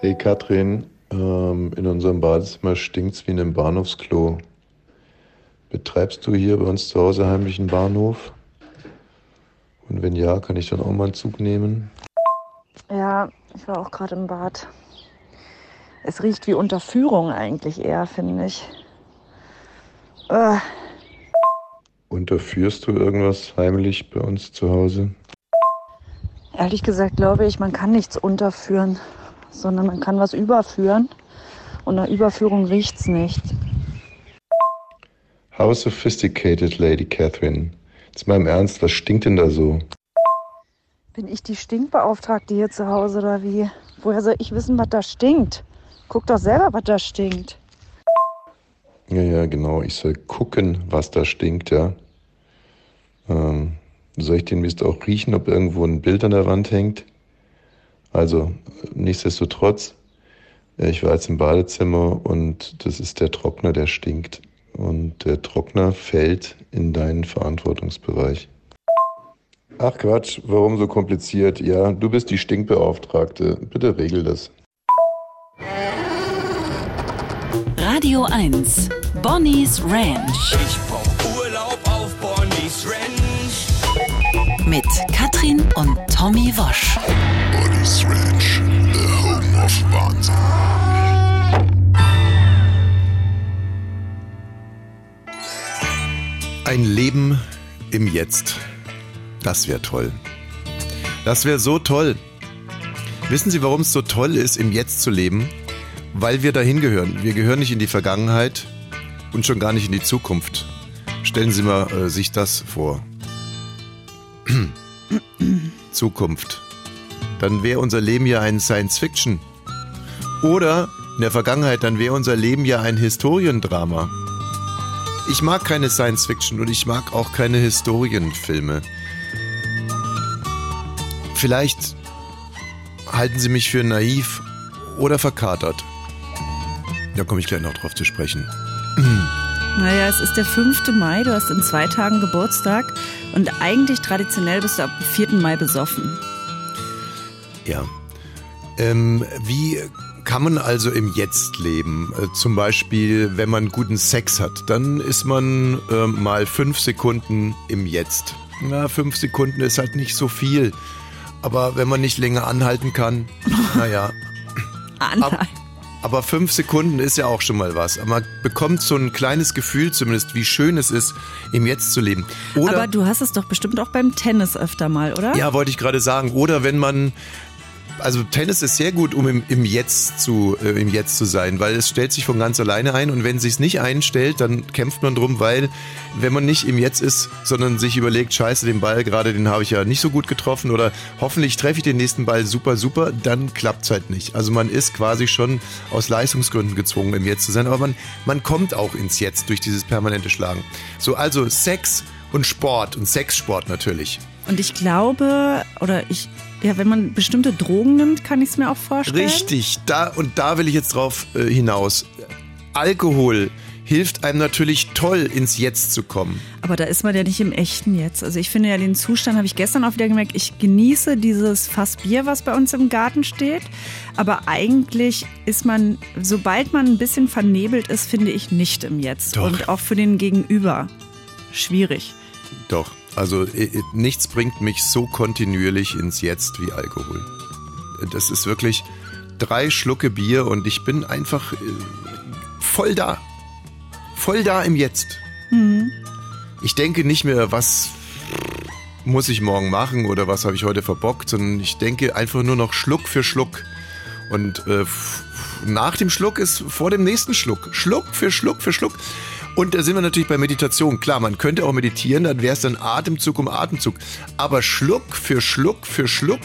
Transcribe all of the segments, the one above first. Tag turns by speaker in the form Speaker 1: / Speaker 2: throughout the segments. Speaker 1: Hey Katrin, ähm, in unserem Badezimmer stinkt's wie in einem Bahnhofsklo. Betreibst du hier bei uns zu Hause heimlich einen Bahnhof? Und wenn ja, kann ich dann auch mal einen Zug nehmen?
Speaker 2: Ja, ich war auch gerade im Bad. Es riecht wie Unterführung eigentlich eher, finde ich. Äh,
Speaker 1: Unterführst du irgendwas heimlich bei uns zu Hause?
Speaker 2: ehrlich gesagt glaube ich, man kann nichts unterführen, sondern man kann was überführen. Und nach Überführung riecht's nicht.
Speaker 1: How sophisticated, Lady Catherine. Jetzt mal im Ernst, was stinkt denn da so?
Speaker 2: Bin ich die Stinkbeauftragte hier zu Hause oder wie? Woher soll ich wissen, was da stinkt? Guck doch selber, was da stinkt.
Speaker 1: Ja, ja, genau. Ich soll gucken, was da stinkt, ja. Ähm, soll ich den Mist auch riechen, ob irgendwo ein Bild an der Wand hängt? Also, nichtsdestotrotz, äh, ich war jetzt im Badezimmer und das ist der Trockner, der stinkt. Und der Trockner fällt in deinen Verantwortungsbereich. Ach Quatsch, warum so kompliziert? Ja, du bist die Stinkbeauftragte. Bitte regel das.
Speaker 3: Radio 1. Bonnie's Ranch
Speaker 4: Ich brauch Urlaub auf Bonnie's Ranch.
Speaker 3: mit Katrin und Tommy Wosch.
Speaker 5: Bonnie's Ranch, the home of Wahnsinn.
Speaker 6: Ein Leben im Jetzt. Das wäre toll. Das wäre so toll. Wissen Sie, warum es so toll ist, im Jetzt zu leben? Weil wir dahin gehören. Wir gehören nicht in die Vergangenheit und schon gar nicht in die Zukunft. Stellen Sie mal äh, sich das vor. Zukunft. Dann wäre unser Leben ja ein Science-Fiction. Oder in der Vergangenheit, dann wäre unser Leben ja ein Historiendrama. Ich mag keine Science-Fiction und ich mag auch keine Historienfilme. Vielleicht halten Sie mich für naiv oder verkatert. Da komme ich gleich noch drauf zu sprechen.
Speaker 7: Naja, es ist der 5. Mai, du hast in zwei Tagen Geburtstag und eigentlich traditionell bist du ab dem 4. Mai besoffen.
Speaker 6: Ja. Ähm, wie kann man also im Jetzt leben? Äh, zum Beispiel, wenn man guten Sex hat, dann ist man ähm, mal fünf Sekunden im Jetzt. Na, fünf Sekunden ist halt nicht so viel. Aber wenn man nicht länger anhalten kann, naja.
Speaker 7: Ah, nein.
Speaker 6: Ab- Aber fünf Sekunden ist ja auch schon mal was. Man bekommt so ein kleines Gefühl zumindest, wie schön es ist, im Jetzt zu leben. Oder,
Speaker 7: Aber du hast es doch bestimmt auch beim Tennis öfter mal, oder?
Speaker 6: ja, wollte ich gerade sagen. Oder wenn man, also Tennis ist sehr gut, um im, im Jetzt zu, äh, im Jetzt zu sein, weil es stellt sich von ganz alleine ein und wenn sich's nicht einstellt, dann kämpft man drum, weil wenn man nicht im Jetzt ist, sondern sich überlegt, scheiße, den Ball gerade, den habe ich ja nicht so gut getroffen oder hoffentlich treffe ich den nächsten Ball super, super, dann klappt's halt nicht. Also man ist quasi schon aus Leistungsgründen gezwungen, im Jetzt zu sein, aber man, man kommt auch ins Jetzt durch dieses permanente Schlagen. So, also Sex und Sport und Sexsport natürlich.
Speaker 7: Und ich glaube, oder ich, ja, wenn man bestimmte Drogen nimmt, kann ich es mir auch vorstellen.
Speaker 6: Richtig, da und da will ich jetzt drauf äh, hinaus. Alkohol hilft einem natürlich toll ins Jetzt zu kommen.
Speaker 7: Aber da ist man ja nicht im Echten jetzt. Also ich finde ja den Zustand, habe ich gestern auch wieder gemerkt, ich genieße dieses Fass Bier, was bei uns im Garten steht. Aber eigentlich ist man, sobald man ein bisschen vernebelt ist, finde ich nicht im Jetzt.
Speaker 6: Doch.
Speaker 7: Und auch für den Gegenüber. Schwierig.
Speaker 6: Doch, also äh, äh, nichts bringt mich so kontinuierlich ins Jetzt wie Alkohol. Äh, Das ist wirklich drei Schlucke Bier und ich bin einfach äh, voll da. Voll da im Jetzt.
Speaker 7: Mhm.
Speaker 6: Ich denke nicht mehr, was muss ich morgen machen oder was habe ich heute verbockt, sondern ich denke einfach nur noch Schluck für Schluck. Und äh, f- f- nach dem Schluck ist vor dem nächsten Schluck. Schluck für Schluck für Schluck. Und da sind wir natürlich bei Meditation. Klar, man könnte auch meditieren, dann wäre es dann Atemzug um Atemzug. Aber Schluck für Schluck für Schluck,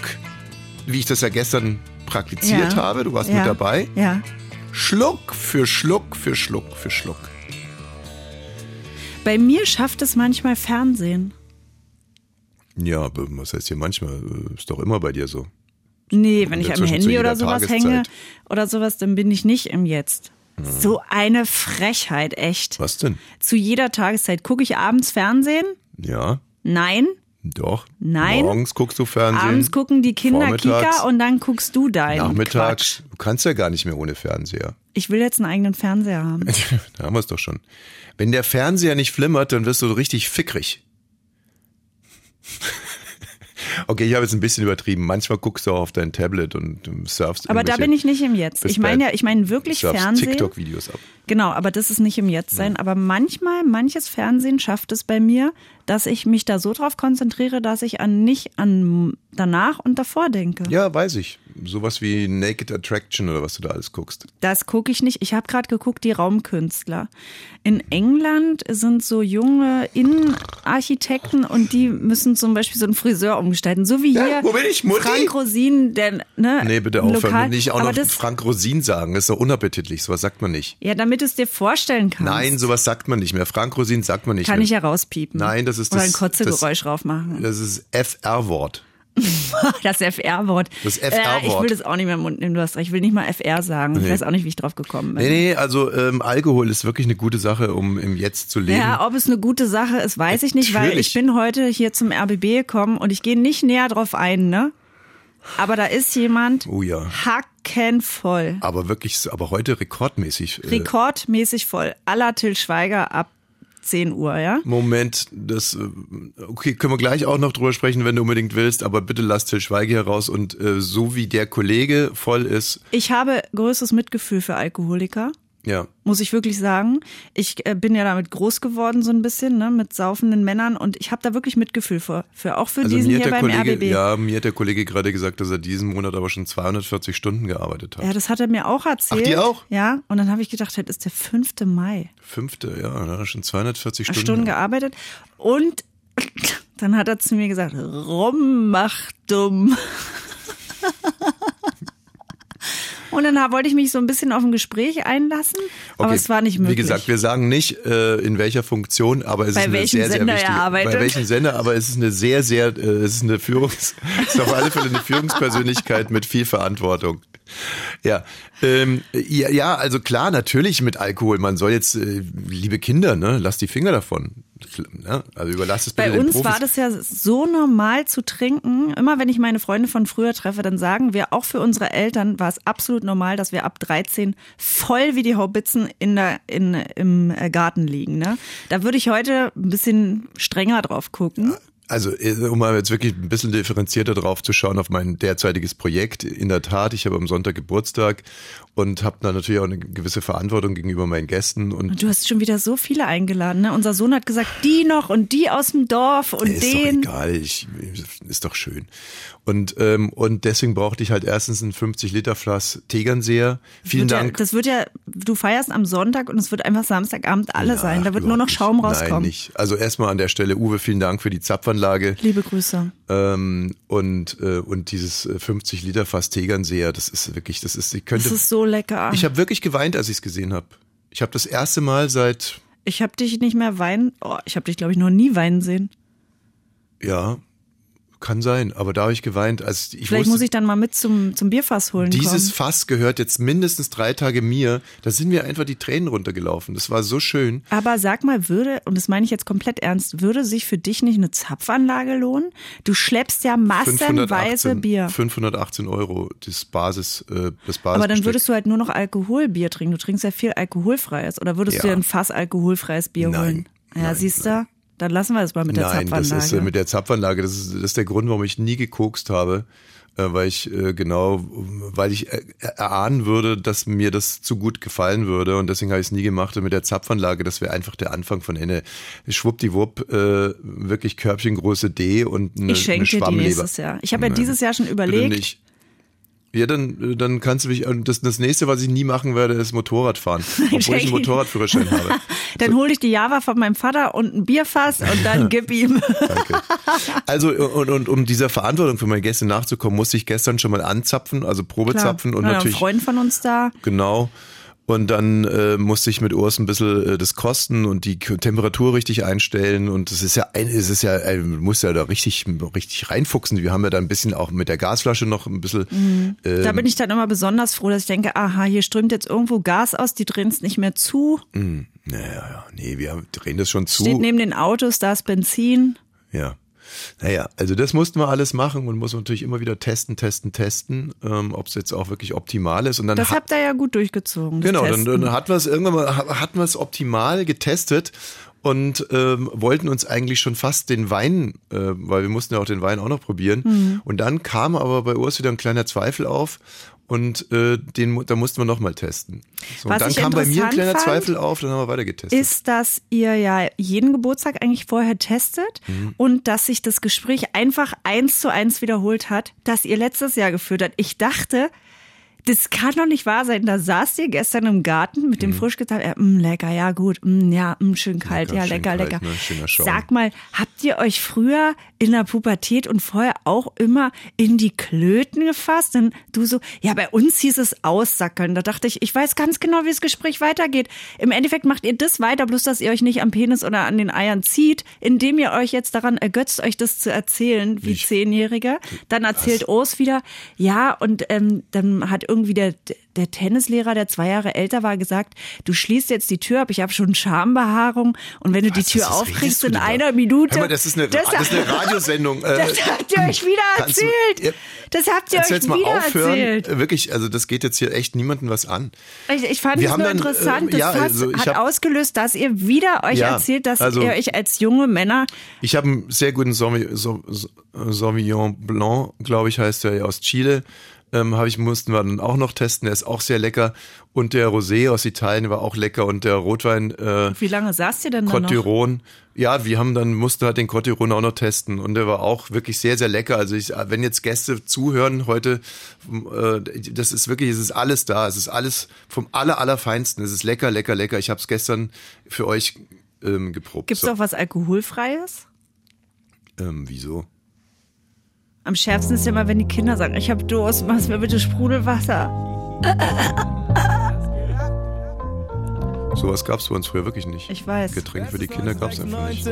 Speaker 6: wie ich das ja gestern praktiziert
Speaker 7: Ja.
Speaker 6: habe, du warst
Speaker 7: Ja.
Speaker 6: mit dabei,
Speaker 7: Ja.
Speaker 6: Schluck für Schluck für Schluck für Schluck.
Speaker 7: Bei mir schafft es manchmal Fernsehen.
Speaker 6: Ja, aber was heißt hier manchmal? Äh, Ist doch immer bei dir so.
Speaker 7: Nee, wenn ich am
Speaker 6: Dazwischen zu
Speaker 7: Handy
Speaker 6: jeder
Speaker 7: oder sowas
Speaker 6: Tageszeit. Hm.
Speaker 7: hänge oder sowas, dann bin ich nicht im Jetzt. So eine Frechheit, echt.
Speaker 6: Was denn?
Speaker 7: Zu jeder Tageszeit. Gucke ich abends Fernsehen?
Speaker 6: Ja.
Speaker 7: Nein.
Speaker 6: Doch.
Speaker 7: Nein.
Speaker 6: Morgens guckst du Fernsehen.
Speaker 7: Abends gucken die Kinder
Speaker 6: vormittags,
Speaker 7: Kika und dann guckst du deinen. Quatsch.
Speaker 6: Nachmittags. Du kannst ja gar nicht mehr ohne Fernseher.
Speaker 7: Ich will jetzt einen eigenen Fernseher haben.
Speaker 6: da haben wir es doch schon. Wenn der Fernseher nicht flimmert, dann wirst du richtig fickrig. okay, ich habe jetzt ein bisschen übertrieben. Manchmal guckst du auch auf dein Tablet und ähm, surfst.
Speaker 7: Aber da
Speaker 6: irgendwelche-
Speaker 7: bin ich nicht im Jetzt.
Speaker 6: bis
Speaker 7: Ich meine
Speaker 6: bei-
Speaker 7: ja, ich meine wirklich
Speaker 6: surfst
Speaker 7: Fernsehen.
Speaker 6: TikTok-Videos ab.
Speaker 7: Genau, aber das ist nicht im Jetztsein. Aber manchmal, manches Fernsehen schafft es bei mir, dass ich mich da so drauf konzentriere, dass ich an nicht an danach und davor denke.
Speaker 6: Ja, weiß ich. Sowas wie Naked Attraction oder was du da alles guckst.
Speaker 7: Das gucke ich nicht. Ich habe gerade geguckt, die Raumkünstler. In England sind so junge Innenarchitekten und die müssen zum Beispiel so einen Friseur umgestalten. So wie
Speaker 6: Ja,
Speaker 7: hier
Speaker 6: wo bin ich, Mutti?
Speaker 7: Frank Rosin, der, ne?
Speaker 6: Nee, bitte
Speaker 7: im
Speaker 6: aufhören.
Speaker 7: Lokal.
Speaker 6: Nicht auch
Speaker 7: aber
Speaker 6: noch
Speaker 7: das,
Speaker 6: Frank Rosin sagen. Das ist doch unappetitlich. Sowas sagt man nicht.
Speaker 7: Ja, damit du es dir vorstellen kannst.
Speaker 6: Nein, sowas sagt man nicht mehr. Frank Rosin sagt man nicht
Speaker 7: Kann
Speaker 6: mehr.
Speaker 7: ich ja rauspiepen.
Speaker 6: Nein, das ist
Speaker 7: Oder
Speaker 6: das-
Speaker 7: ein Kotzegeräusch drauf machen.
Speaker 6: Das ist FR-Wort.
Speaker 7: Das FR-Wort.
Speaker 6: Das FR-Wort.
Speaker 7: Äh, ich will das auch nicht mehr im Mund nehmen, du hast recht. Ich will nicht mal FR sagen. Ich
Speaker 6: Nee.
Speaker 7: weiß auch nicht, wie ich drauf gekommen bin.
Speaker 6: Nee, nee, also ähm, Alkohol ist wirklich eine gute Sache, um im Jetzt zu leben.
Speaker 7: Ja, ob es eine gute Sache ist, weiß ich nicht, weil
Speaker 6: Natürlich.
Speaker 7: ich bin heute hier zum RBB gekommen und ich gehe nicht näher drauf ein, ne? Aber da ist jemand
Speaker 6: Oh ja.
Speaker 7: hackenvoll,
Speaker 6: Aber wirklich, so- aber heute rekordmäßig. äh,
Speaker 7: rekordmäßig voll, aller Till Schweiger ab 10 Uhr, ja?
Speaker 6: Moment, das äh, okay, können wir gleich auch noch drüber sprechen, wenn du unbedingt willst, aber bitte lass Till Schweige heraus und äh, so wie der Kollege voll ist,
Speaker 7: Ich habe größtes Mitgefühl für Alkoholiker.
Speaker 6: ja.
Speaker 7: muss ich wirklich sagen. Ich äh, bin ja damit groß geworden, so ein bisschen, ne, mit saufenden Männern und ich habe da wirklich Mitgefühl für, für auch für
Speaker 6: Also
Speaker 7: diesen
Speaker 6: mir
Speaker 7: hier
Speaker 6: hat der
Speaker 7: beim
Speaker 6: Kollege,
Speaker 7: RBB.
Speaker 6: ja, mir hat der Kollege gerade gesagt, dass er diesen Monat aber schon 240 Stunden gearbeitet hat.
Speaker 7: Ja, das hat er mir auch erzählt.
Speaker 6: Ach, die auch?
Speaker 7: Ja, und dann habe ich gedacht, heute ist der 5. Mai.
Speaker 6: Fünfte, ja, dann hat er schon 240 Stunden.
Speaker 7: Stunden, Stunden gearbeitet und dann hat er zu mir gesagt, rum mach dumm. Und dann hab- wollte ich mich so ein bisschen auf ein Gespräch einlassen, aber
Speaker 6: Okay,
Speaker 7: es war nicht möglich.
Speaker 6: Wie gesagt, wir sagen nicht, äh, in welcher Funktion, aber es
Speaker 7: Bei
Speaker 6: ist eine
Speaker 7: welchem
Speaker 6: sehr, sehr
Speaker 7: Sender er
Speaker 6: wichtige,
Speaker 7: arbeitet.
Speaker 6: Bei welchem Sender, aber es ist eine sehr, sehr, äh, es ist eine Führungs, es ist auf alle Fälle eine Führungspersönlichkeit mit viel Verantwortung. Ja, ähm, ja, ja, also klar, natürlich mit Alkohol. Man soll jetzt, äh, liebe Kinder, ne, lasst die Finger davon. Ne? Also überlasst es bitte
Speaker 7: Bei
Speaker 6: den
Speaker 7: uns
Speaker 6: Profis.
Speaker 7: war das ja so normal zu trinken. Immer wenn ich meine Freunde von früher treffe, dann sagen wir, auch für unsere Eltern war es absolut normal, dass wir ab 13 voll wie die Haubitzen in der, in, im äh, Garten liegen. Ne? Da würde ich heute ein bisschen strenger drauf gucken.
Speaker 6: Also, äh, um mal jetzt wirklich ein bisschen differenzierter drauf zu schauen auf mein derzeitiges Projekt. In der Tat, ich habe am Sonntag Geburtstag und habe da natürlich auch eine gewisse Verantwortung gegenüber meinen Gästen. Und
Speaker 7: Und du hast schon wieder so viele eingeladen. Ne? Unser Sohn hat gesagt, die noch und die aus dem Dorf und
Speaker 6: ist
Speaker 7: den.
Speaker 6: doch egal, ich, ist doch schön. Und, ähm, und deswegen brauchte ich halt erstens ein 50-Liter-Flass Tegernseer. Vielen
Speaker 7: Wird ja,
Speaker 6: Dank.
Speaker 7: das wird ja, du feierst am Sonntag und es wird einfach Samstagabend alle sein. Da wird nur
Speaker 6: Überhaupt
Speaker 7: noch Schaum
Speaker 6: nicht. Nein,
Speaker 7: rauskommen.
Speaker 6: nicht. Also erstmal an der Stelle, Uwe, vielen Dank für die Zapfanlage.
Speaker 7: Liebe Grüße.
Speaker 6: Ähm, und, äh, und dieses 50-Liter-Fass Tegernseer, das ist wirklich, das ist, ich könnte
Speaker 7: Das ist so lecker.
Speaker 6: Ich habe wirklich geweint, als ich es gesehen habe. Ich habe das erste Mal seit,
Speaker 7: Ich habe dich nicht mehr weinen. Oh, ich habe dich, glaube ich, noch nie weinen sehen.
Speaker 6: ja, kann sein, aber da habe ich geweint. Als ich
Speaker 7: Vielleicht
Speaker 6: wusste,
Speaker 7: muss ich dann mal mit zum, zum Bierfass holen.
Speaker 6: dieses
Speaker 7: kommen.
Speaker 6: Fass gehört jetzt mindestens drei Tage mir. Da sind mir einfach die Tränen runtergelaufen. Das war so schön.
Speaker 7: Aber sag mal, würde, und das meine ich jetzt komplett ernst, würde sich für dich nicht eine Zapfanlage lohnen? Du schleppst ja massenweise Bier.
Speaker 6: 518 Euro, das Basis, äh, das Basis.
Speaker 7: Aber dann würdest du halt nur noch Alkoholbier trinken. Du trinkst ja viel alkoholfreies. Oder würdest du
Speaker 6: Ja.
Speaker 7: dir ein Fass alkoholfreies Bier
Speaker 6: Nein.
Speaker 7: holen? Ja,
Speaker 6: Nein,
Speaker 7: siehst du? Dann lassen wir das mal mit der
Speaker 6: Nein,
Speaker 7: Zapfanlage.
Speaker 6: das ist äh, mit der Zapfanlage. Das ist, das ist der Grund, warum ich nie gekokst habe, äh, weil ich äh, genau, weil ich äh, erahnen würde, dass mir das zu gut gefallen würde und deswegen habe ich es nie gemacht. Und mit der Zapfanlage, das wäre einfach der Anfang von Ende. Schwuppdiwupp, äh, wirklich Körbchengroße D und eine,
Speaker 7: ich schenke dir
Speaker 6: eine
Speaker 7: die
Speaker 6: Schwammleber.
Speaker 7: nächstes Jahr. Ich habe ja
Speaker 6: Nein.
Speaker 7: dieses Jahr schon
Speaker 6: Bitte
Speaker 7: überlegt,
Speaker 6: nicht. Ja, dann, äh, dann kannst du mich. und Das, das nächste, was ich nie machen werde, ist Motorradfahren. Obwohl ich
Speaker 7: Jackie.
Speaker 6: einen Motorradführerschein habe.
Speaker 7: Dann hol ich die Java von meinem Vater und ein Bierfass und dann gib ihm.
Speaker 6: Danke. Also, und, und um dieser Verantwortung für meine Gäste nachzukommen, musste ich gestern schon mal anzapfen, also Probezapfen und
Speaker 7: Klar, ein
Speaker 6: natürlich.
Speaker 7: Freund von uns da.
Speaker 6: Genau. Und dann äh, musste ich mit Urs ein bisschen äh, das kosten und die K- Temperatur richtig einstellen. Und es ist ja ein, es ist ja, äh, man muss ja da richtig, richtig reinfuchsen. Wir haben ja da ein bisschen auch mit der Gasflasche noch ein bisschen. Äh,
Speaker 7: Mhm. Da bin ich dann immer besonders froh, dass ich denke, aha, hier strömt jetzt irgendwo Gas aus, die drehen es nicht mehr zu.
Speaker 6: mm, naja, nee, wir haben- drehen das schon zu.
Speaker 7: Steht neben den Autos, da ist Benzin.
Speaker 6: Ja. Naja, also das mussten wir alles machen und muss natürlich immer wieder testen, testen, testen, ähm, ob es jetzt auch wirklich optimal ist. Und dann
Speaker 7: Das
Speaker 6: hat-
Speaker 7: habt ihr ja gut durchgezogen. das
Speaker 6: Genau, dann,
Speaker 7: Testen.
Speaker 6: dann hatten wir es irgendwann mal, ha- hatten wir es optimal getestet und ähm, wollten uns eigentlich schon fast den Wein, äh, weil wir mussten ja auch den Wein auch noch probieren.
Speaker 7: Mhm.
Speaker 6: Und dann kam aber bei Urs wieder ein kleiner Zweifel auf und äh, den mu- da mussten wir nochmal testen. So,
Speaker 7: Was
Speaker 6: und dann
Speaker 7: ich
Speaker 6: kam bei mir ein
Speaker 7: interessant
Speaker 6: kleiner
Speaker 7: fand,
Speaker 6: Zweifel auf, dann haben wir weiter getestet.
Speaker 7: ist, dass ihr ja jeden Geburtstag eigentlich vorher testet
Speaker 6: Mhm.
Speaker 7: und dass sich das Gespräch einfach eins zu eins wiederholt hat, das ihr letztes Jahr geführt habt. Ich dachte, das kann doch nicht wahr sein. Da saß ihr gestern im Garten
Speaker 6: Mhm.
Speaker 7: mit dem Frischgeteilt. Äh, mm, lecker, ja gut, mm, ja, mm, schön kalt,
Speaker 6: Lecker,
Speaker 7: ja
Speaker 6: schön
Speaker 7: lecker,
Speaker 6: kalt,
Speaker 7: lecker.
Speaker 6: ne? Schöner Schaum.
Speaker 7: Sag mal, habt ihr euch früher in der Pubertät und vorher auch immer in die Klöten gefasst? Denn du so, ja, bei uns hieß es aussackeln. Da dachte ich, ich weiß ganz genau, wie das Gespräch weitergeht. Im Endeffekt macht ihr das weiter, bloß dass ihr euch nicht am Penis oder an den Eiern zieht, indem ihr euch jetzt daran ergötzt, euch das zu erzählen, wie
Speaker 6: Ich-
Speaker 7: Zehnjährige. Dann erzählt Urs wieder, ja, und ähm, dann hat irgendwie der, der Tennislehrer, der zwei Jahre älter war, gesagt, du schließt jetzt die Tür ab, ich habe schon Schambehaarung und wenn du die
Speaker 6: Was,
Speaker 7: Tür
Speaker 6: was redest
Speaker 7: aufkriegst
Speaker 6: du
Speaker 7: in
Speaker 6: denn da?
Speaker 7: einer Minute.
Speaker 6: Hör mal, das ist eine,
Speaker 7: Das-
Speaker 6: das ist eine Radiosendung. äh,
Speaker 7: Das habt ihr euch wieder
Speaker 6: kannst du-
Speaker 7: erzählt.
Speaker 6: Ja,
Speaker 7: das habt ihr
Speaker 6: kannst
Speaker 7: euch
Speaker 6: du jetzt mal
Speaker 7: wieder
Speaker 6: aufhören?
Speaker 7: erzählt.
Speaker 6: Äh, Wirklich, also das geht jetzt hier echt niemandem was an.
Speaker 7: Ich, ich fand
Speaker 6: Wir
Speaker 7: es
Speaker 6: haben
Speaker 7: nur
Speaker 6: dann,
Speaker 7: interessant.
Speaker 6: äh, ja,
Speaker 7: das hat-
Speaker 6: also ich
Speaker 7: hat
Speaker 6: hab-
Speaker 7: ausgelöst, dass ihr wieder euch
Speaker 6: Ja,
Speaker 7: erzählt, dass
Speaker 6: also-
Speaker 7: ihr euch als junge Männer
Speaker 6: Ich habe einen sehr guten Sauvi- Sau- Sau- Sauvignon Blanc, glaube ich, heißt der ja, aus Chile. Ähm, habe ich mussten wir dann auch noch testen. Der ist auch sehr lecker. Und der Rosé aus Italien war auch lecker. Und der Rotwein äh,
Speaker 7: Wie lange saßt ihr denn da
Speaker 6: Côte du
Speaker 7: noch?
Speaker 6: Rhône. Ja, wir haben dann mussten halt den Côte du Rhône auch noch testen und der war auch wirklich sehr sehr lecker. Also ich, wenn jetzt Gäste zuhören heute, äh, das ist wirklich, es ist alles da, es ist alles vom aller allerfeinsten. Es ist lecker, lecker, lecker. Ich habe es gestern für euch ähm, geprobt.
Speaker 7: Gibt's
Speaker 6: so,
Speaker 7: auch was Alkoholfreies?
Speaker 6: ähm, wieso?
Speaker 7: Am schärfsten ist ja immer, wenn die Kinder sagen, ich habe Durst, machst mir bitte Sprudelwasser.
Speaker 6: Sowas gab es bei uns früher wirklich nicht.
Speaker 7: Ich weiß.
Speaker 6: Getränke für die Kinder gab es einfach nicht.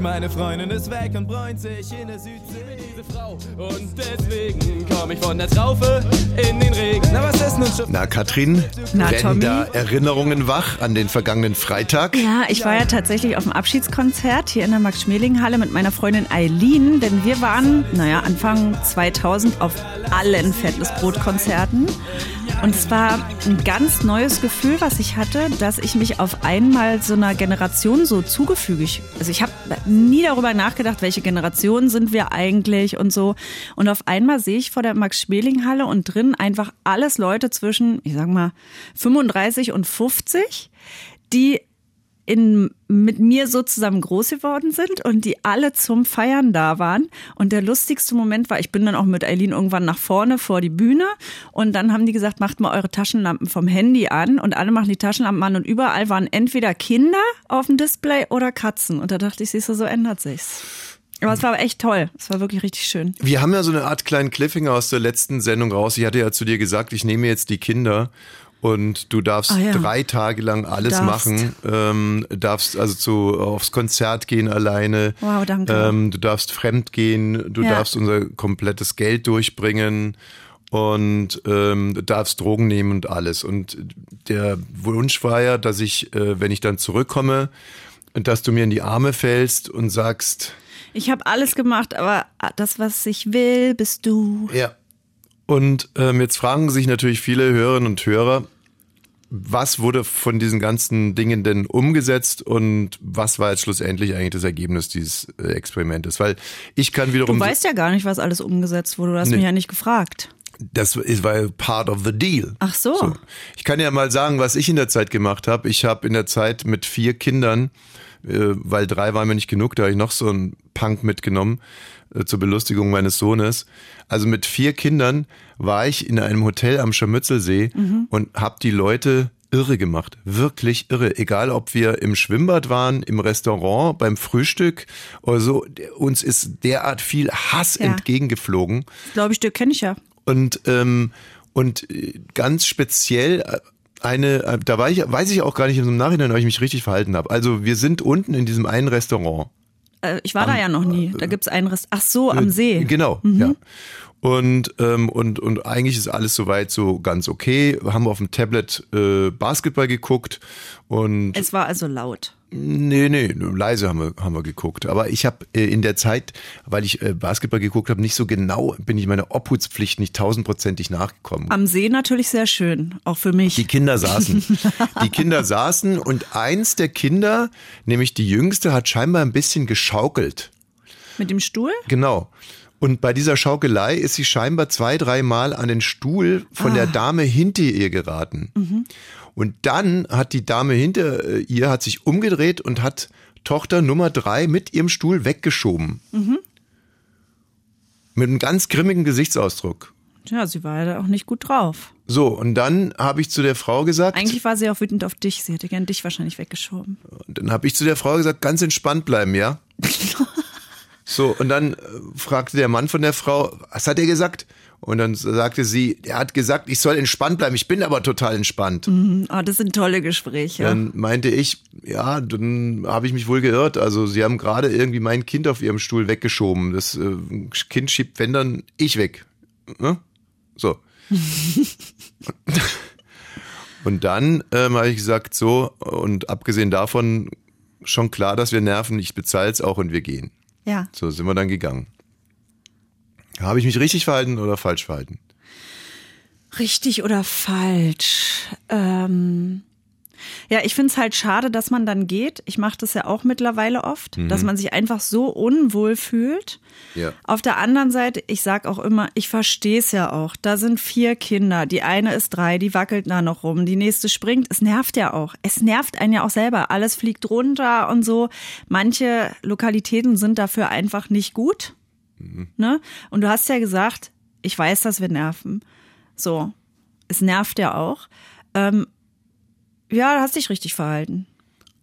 Speaker 4: Meine Freundin ist weg und bräunt sich in der Südsee. Ich liebe diese Frau und deswegen komm ich von der Traufe in den Regen. Na, was ist nun schon?
Speaker 6: Na, Katrin,
Speaker 7: Na,
Speaker 6: werden
Speaker 7: Tommy?
Speaker 6: da Erinnerungen wach an den vergangenen Freitag?
Speaker 7: Ja, ich war ja tatsächlich auf dem Abschiedskonzert hier in der Max-Schmeling-Halle mit meiner Freundin Eileen, denn wir waren, naja, Anfang 2000 auf allen Fettes Brot-Konzerten. Und es war ein ganz neues Gefühl, was ich hatte, dass ich mich auf einmal so einer Generation so zugefügig. Also ich habe nie darüber nachgedacht, welche Generation sind wir eigentlich und so. Und auf einmal sehe ich vor der Max-Schmeling-Halle und drin einfach alles Leute zwischen, ich sag mal, 35 und 50, die in, mit mir so zusammen groß geworden sind und die alle zum Feiern da waren. Und der lustigste Moment war, ich bin dann auch mit Eileen irgendwann nach vorne vor die Bühne und dann haben die gesagt, macht mal eure Taschenlampen vom Handy an und alle machen die Taschenlampen an und überall waren entweder Kinder auf dem Display oder Katzen. Und da dachte ich, siehst du, so ändert sich's. Aber es war echt toll. Es war wirklich richtig schön.
Speaker 6: Wir haben ja so eine Art kleinen Cliffhanger aus der letzten Sendung raus. Ich hatte ja zu dir gesagt, ich nehme jetzt die Kinder und du darfst
Speaker 7: Ah, ja.
Speaker 6: drei Tage lang alles
Speaker 7: Darfst.
Speaker 6: machen. Ähm, darfst also zu, aufs Konzert gehen alleine.
Speaker 7: Wow, danke.
Speaker 6: Ähm, du darfst fremd gehen, du
Speaker 7: Ja.
Speaker 6: darfst unser komplettes Geld durchbringen und ähm, du darfst Drogen nehmen und alles. Und der Wunsch war ja, dass ich, äh, wenn ich dann zurückkomme, dass du mir in die Arme fällst und sagst,
Speaker 7: Ich habe alles gemacht, aber das, was ich will, bist du.
Speaker 6: Ja. Und ähm, jetzt fragen sich natürlich viele Hörerinnen und Hörer, was wurde von diesen ganzen Dingen denn umgesetzt und was war jetzt schlussendlich eigentlich das Ergebnis dieses äh, Experimentes? Weil ich kann
Speaker 7: Du
Speaker 6: wiederum,
Speaker 7: weißt ja gar nicht, was alles umgesetzt wurde. Du hast
Speaker 6: Um Nee.
Speaker 7: mich ja nicht gefragt.
Speaker 6: das ist- war ja part of the deal.
Speaker 7: Ach so.
Speaker 6: Ich kann ja mal sagen, was ich in der Zeit gemacht habe. Ich habe in der Zeit mit vier Kindern, äh, weil drei waren mir nicht genug, da habe ich noch so einen Punk mitgenommen äh, zur Belustigung meines Sohnes. Also mit vier Kindern war ich in einem Hotel am Scharmützelsee
Speaker 7: Mhm.
Speaker 6: und habe die Leute irre gemacht, wirklich irre. Egal, ob wir im Schwimmbad waren, im Restaurant, beim Frühstück oder so, uns ist derart viel Hass
Speaker 7: Ja.
Speaker 6: entgegengeflogen.
Speaker 7: Das glaube ich, dir kenne ich ja.
Speaker 6: Und, ähm, und äh, ganz speziell äh, eine, äh, da war ich, weiß ich auch gar nicht im Nachhinein, ob ich mich richtig verhalten habe. Also wir sind unten in diesem einen Restaurant. äh,
Speaker 7: Äh, ich war da ja noch nie. Da gibt's einen Rest. Ach so, am See.
Speaker 6: Genau, ja. Und, ähm, und, und eigentlich ist alles soweit so ganz okay. Haben wir auf dem Tablet äh, Basketball geguckt und
Speaker 7: Es war also laut.
Speaker 6: Nee, nee, leise haben wir, haben wir geguckt. Aber ich habe äh, in der Zeit, weil ich äh, Basketball geguckt habe, nicht so genau, bin ich meiner Obhutspflicht nicht tausendprozentig nachgekommen.
Speaker 7: Am See natürlich sehr schön, auch für mich.
Speaker 6: Die Kinder saßen. Die Kinder saßen und eins der Kinder, nämlich die jüngste, hat scheinbar ein bisschen geschaukelt.
Speaker 7: Mit dem Stuhl?
Speaker 6: Genau. Und bei dieser Schaukelei ist sie scheinbar zwei, dreimal an den Stuhl von der Dame hinter ihr geraten. Und dann hat die Dame hinter äh, ihr hat sich umgedreht und hat Tochter Nummer drei mit ihrem Stuhl weggeschoben. Mit einem ganz grimmigen Gesichtsausdruck.
Speaker 7: Ja, sie war ja auch nicht gut drauf.
Speaker 6: So, und dann habe ich zu der Frau gesagt,
Speaker 7: Eigentlich war sie auch wütend auf dich. Sie hätte gern dich wahrscheinlich weggeschoben.
Speaker 6: dann habe ich zu der Frau gesagt, ganz entspannt bleiben, ja?
Speaker 7: Mhm.
Speaker 6: So, und dann äh, fragte der Mann von der Frau, was hat er gesagt? Und dann sagte sie, er hat gesagt, ich soll entspannt bleiben, ich bin aber total entspannt.
Speaker 7: Ah, das sind tolle Gespräche.
Speaker 6: Dann meinte ich, ja, dann habe ich mich wohl geirrt. Also sie haben gerade irgendwie mein Kind auf ihrem Stuhl weggeschoben. Das äh, Kind schiebt, wenn dann, ich weg. Ne? So. und dann ähm, habe ich gesagt, so, und abgesehen davon, schon klar, dass wir nerven, ich bezahle es auch und wir gehen.
Speaker 7: ja.
Speaker 6: So sind wir dann gegangen. Habe ich mich richtig verhalten oder falsch verhalten?
Speaker 7: Richtig oder falsch? Ähm, ja, ich find's halt schade, dass man dann geht. Ich mache das ja auch mittlerweile oft,
Speaker 6: Mhm.
Speaker 7: dass man sich einfach so unwohl fühlt.
Speaker 6: Ja.
Speaker 7: Auf der anderen Seite, ich sag auch immer, ich verstehe es ja auch. Da sind vier Kinder. Die eine ist drei, die wackelt da noch rum. Die nächste springt. Es nervt ja auch. Es nervt einen ja auch selber. Alles fliegt runter und so. Manche Lokalitäten sind dafür einfach nicht gut.
Speaker 6: Mhm.
Speaker 7: Ne? Und du hast ja gesagt, ich weiß, dass wir nerven. So, es nervt ja auch. Ähm, ja, du hast dich richtig verhalten.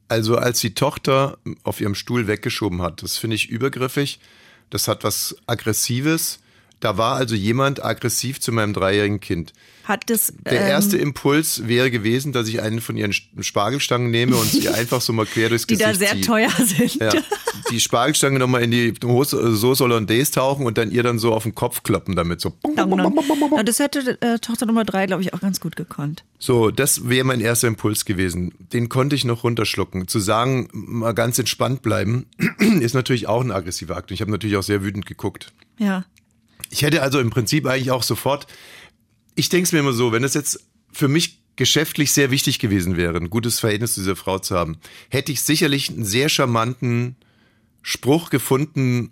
Speaker 6: Also als die Tochter auf ihrem Stuhl weggeschoben hat, das finde ich übergriffig. Das hat was Aggressives. Da war also jemand aggressiv zu meinem dreijährigen Kind.
Speaker 7: Hat das.
Speaker 6: Der
Speaker 7: ähm,
Speaker 6: erste Impuls wäre gewesen, dass ich einen von ihren Sch- Spargelstangen nehme und sie einfach so mal quer durchs
Speaker 7: die
Speaker 6: Gesicht
Speaker 7: da sehr
Speaker 6: ziehe.
Speaker 7: teuer sind.
Speaker 6: Ja, die Spargelstange nochmal in die Hose, äh, Soße Hollandaise tauchen und dann ihr dann so auf den Kopf kloppen damit. So.
Speaker 7: Dang, dang. Ja, das hätte äh, Tochter Nummer drei, glaube ich, auch ganz gut gekonnt.
Speaker 6: So, das wäre mein erster Impuls gewesen. Den konnte ich noch runterschlucken. Zu sagen, mal ganz entspannt bleiben, ist natürlich auch ein aggressiver Akt. Und ich habe natürlich auch sehr wütend geguckt.
Speaker 7: Ja.
Speaker 6: Ich hätte also im Prinzip eigentlich auch sofort, ich denke es mir immer so, wenn das jetzt für mich geschäftlich sehr wichtig gewesen wäre, ein gutes Verhältnis zu dieser Frau zu haben, hätte ich sicherlich einen sehr charmanten Spruch gefunden,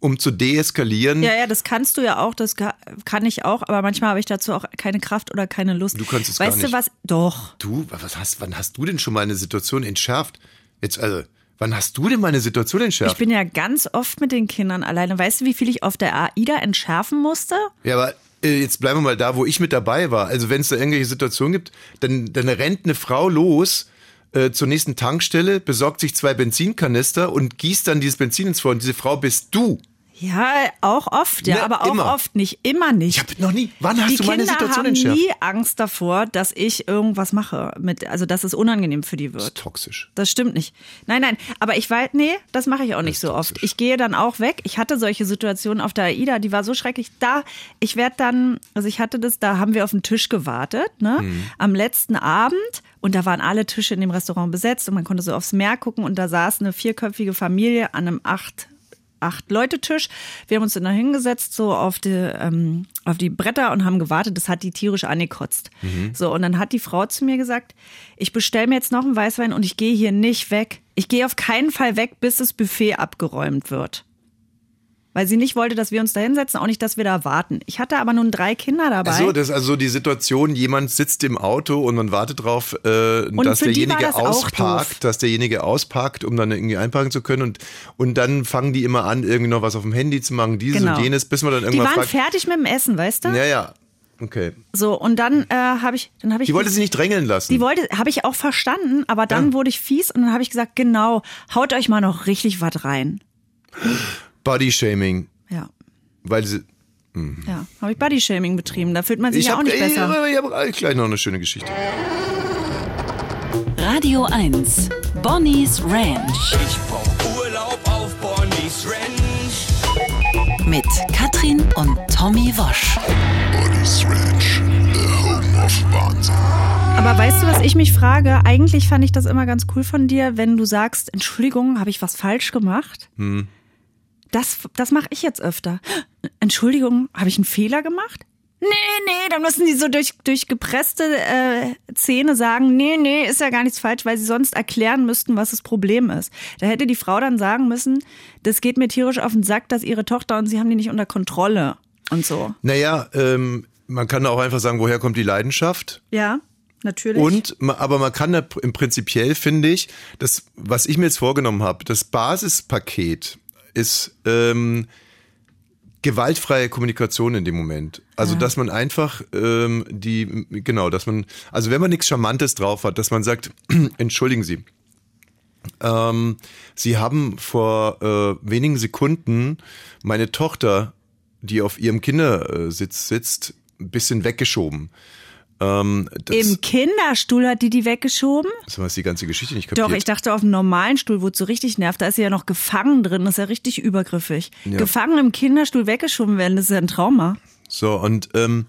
Speaker 6: um zu deeskalieren.
Speaker 7: Ja, ja, das kannst du ja auch, das ka- kann ich auch, aber manchmal habe ich dazu auch keine Kraft oder keine Lust.
Speaker 6: Du kannst es
Speaker 7: Weißt
Speaker 6: gar nicht.
Speaker 7: du was? Doch.
Speaker 6: Du, was hast, wann hast du denn schon mal eine Situation entschärft? Jetzt, also, wann hast du denn mal eine Situation entschärft?
Speaker 7: Ich bin ja ganz oft mit den Kindern alleine. Weißt du, wie viel ich auf der AIDA entschärfen musste?
Speaker 6: Ja, aber äh, jetzt bleiben wir mal da, wo ich mit dabei war. Also wenn es da irgendwelche Situationen gibt, dann, dann rennt eine Frau los äh, zur nächsten Tankstelle, besorgt sich zwei Benzinkanister und gießt dann dieses Benzin ins Feuer. Und diese Frau bist du.
Speaker 7: Ja, auch oft, ja,
Speaker 6: Ne,
Speaker 7: aber auch
Speaker 6: immer.
Speaker 7: oft nicht, immer nicht.
Speaker 6: Ich habe noch nie. Wann hast
Speaker 7: die
Speaker 6: du
Speaker 7: Kinder
Speaker 6: meine Situation
Speaker 7: haben
Speaker 6: entschärft?
Speaker 7: nie Angst davor, dass ich irgendwas mache mit, also dass es unangenehm für die wird.
Speaker 6: Toxisch.
Speaker 7: Das stimmt nicht. Nein, nein, aber ich weiß, nee, das mache ich auch nicht so oft. Ich gehe dann auch weg. Ich hatte solche Situationen auf der AIDA, die war so schrecklich. Da, ich werde dann, also ich hatte das, da haben wir auf den Tisch gewartet, ne, am letzten Abend. Und da waren alle Tische in dem Restaurant besetzt und man konnte so aufs Meer gucken und da saß eine vierköpfige Familie an einem acht acht Leute Tisch. Wir haben uns dann da hingesetzt, so auf die, ähm, auf die Bretter und haben gewartet. Das hat die tierisch angekotzt.
Speaker 6: Mhm.
Speaker 7: So, und dann hat die Frau zu mir gesagt, ich bestelle mir jetzt noch einen Weißwein und ich gehe hier nicht weg. Ich gehe auf keinen Fall weg, bis das Buffet abgeräumt wird. Weil sie nicht wollte, dass wir uns da hinsetzen, auch nicht, dass wir da warten. Ich hatte aber nun drei Kinder dabei.
Speaker 6: So, das ist also die Situation, jemand sitzt im Auto und man wartet darauf, äh, dass
Speaker 7: für die
Speaker 6: derjenige
Speaker 7: war das auch doof.
Speaker 6: ausparkt, dass derjenige ausparkt, um dann irgendwie einparken zu können. Und, und dann fangen die immer an, irgendwie noch was auf dem Handy zu machen, dieses und jenes, bis man dann
Speaker 7: Genau. die
Speaker 6: irgendwann
Speaker 7: waren
Speaker 6: fragt.
Speaker 7: fertig mit dem Essen, weißt du?
Speaker 6: Ja, ja. Okay.
Speaker 7: So, und dann äh, habe ich, dann habe ich.
Speaker 6: Die wollte sie nicht drängeln lassen.
Speaker 7: Die wollte, habe ich auch verstanden, aber dann
Speaker 6: Hm. Ja.
Speaker 7: wurde ich fies und dann habe ich gesagt, genau, haut euch mal noch richtig was rein.
Speaker 6: Bodyshaming.
Speaker 7: Ja,
Speaker 6: Weil sie.
Speaker 7: ja, habe ich Bodyshaming betrieben, da fühlt man sich
Speaker 6: Ich eh
Speaker 7: ja auch
Speaker 6: habe
Speaker 7: nicht besser.
Speaker 6: hab gleich noch eine schöne Geschichte.
Speaker 3: Radio 1. Bonnie's Ranch.
Speaker 4: Ich brauch Urlaub auf Bonnie's Ranch.
Speaker 3: mit Katrin und Tommy Wosch.
Speaker 5: Ollies Ranch, the home of Wahnsinn.
Speaker 7: Aber weißt du, was ich mich frage? Eigentlich fand ich das immer ganz cool von dir, wenn du sagst, Entschuldigung, habe ich was falsch gemacht? Das, das mache ich jetzt öfter. Entschuldigung, habe ich einen Fehler gemacht? Nee, nee, dann müssen die so durch, durch gepresste äh, Zähne sagen, nee, nee, ist ja gar nichts falsch, weil sie sonst erklären müssten, was das Problem ist. Da hätte die Frau dann sagen müssen, das geht mir tierisch auf den Sack, dass ihre Tochter und sie haben die nicht unter Kontrolle und so.
Speaker 6: Naja, ähm, man kann auch einfach sagen, woher kommt die Leidenschaft?
Speaker 7: Ja, natürlich.
Speaker 6: Und, ma- aber man kann da pr- im Prinzipiell, finde ich, das, was ich mir jetzt vorgenommen habe, das Basispaket ist ähm, gewaltfreie Kommunikation in dem Moment. Also, dass man einfach ähm, die, genau, dass man, also wenn man nichts Charmantes drauf hat, dass man sagt, entschuldigen Sie, ähm, Sie haben vor äh, wenigen Sekunden meine Tochter, die auf ihrem Kindersitz sitzt, ein bisschen weggeschoben. Ähm, das,
Speaker 7: Im Kinderstuhl hat die die weggeschoben?
Speaker 6: Jetzt haben wir die ganze Geschichte nicht kapiert.
Speaker 7: Doch, ich dachte, auf einem normalen Stuhl wurde so richtig nervt. Da ist sie ja noch gefangen drin. Das ist ja richtig übergriffig. Gefangen im Kinderstuhl weggeschoben werden, das ist ja ein Trauma.
Speaker 6: So, und, ähm,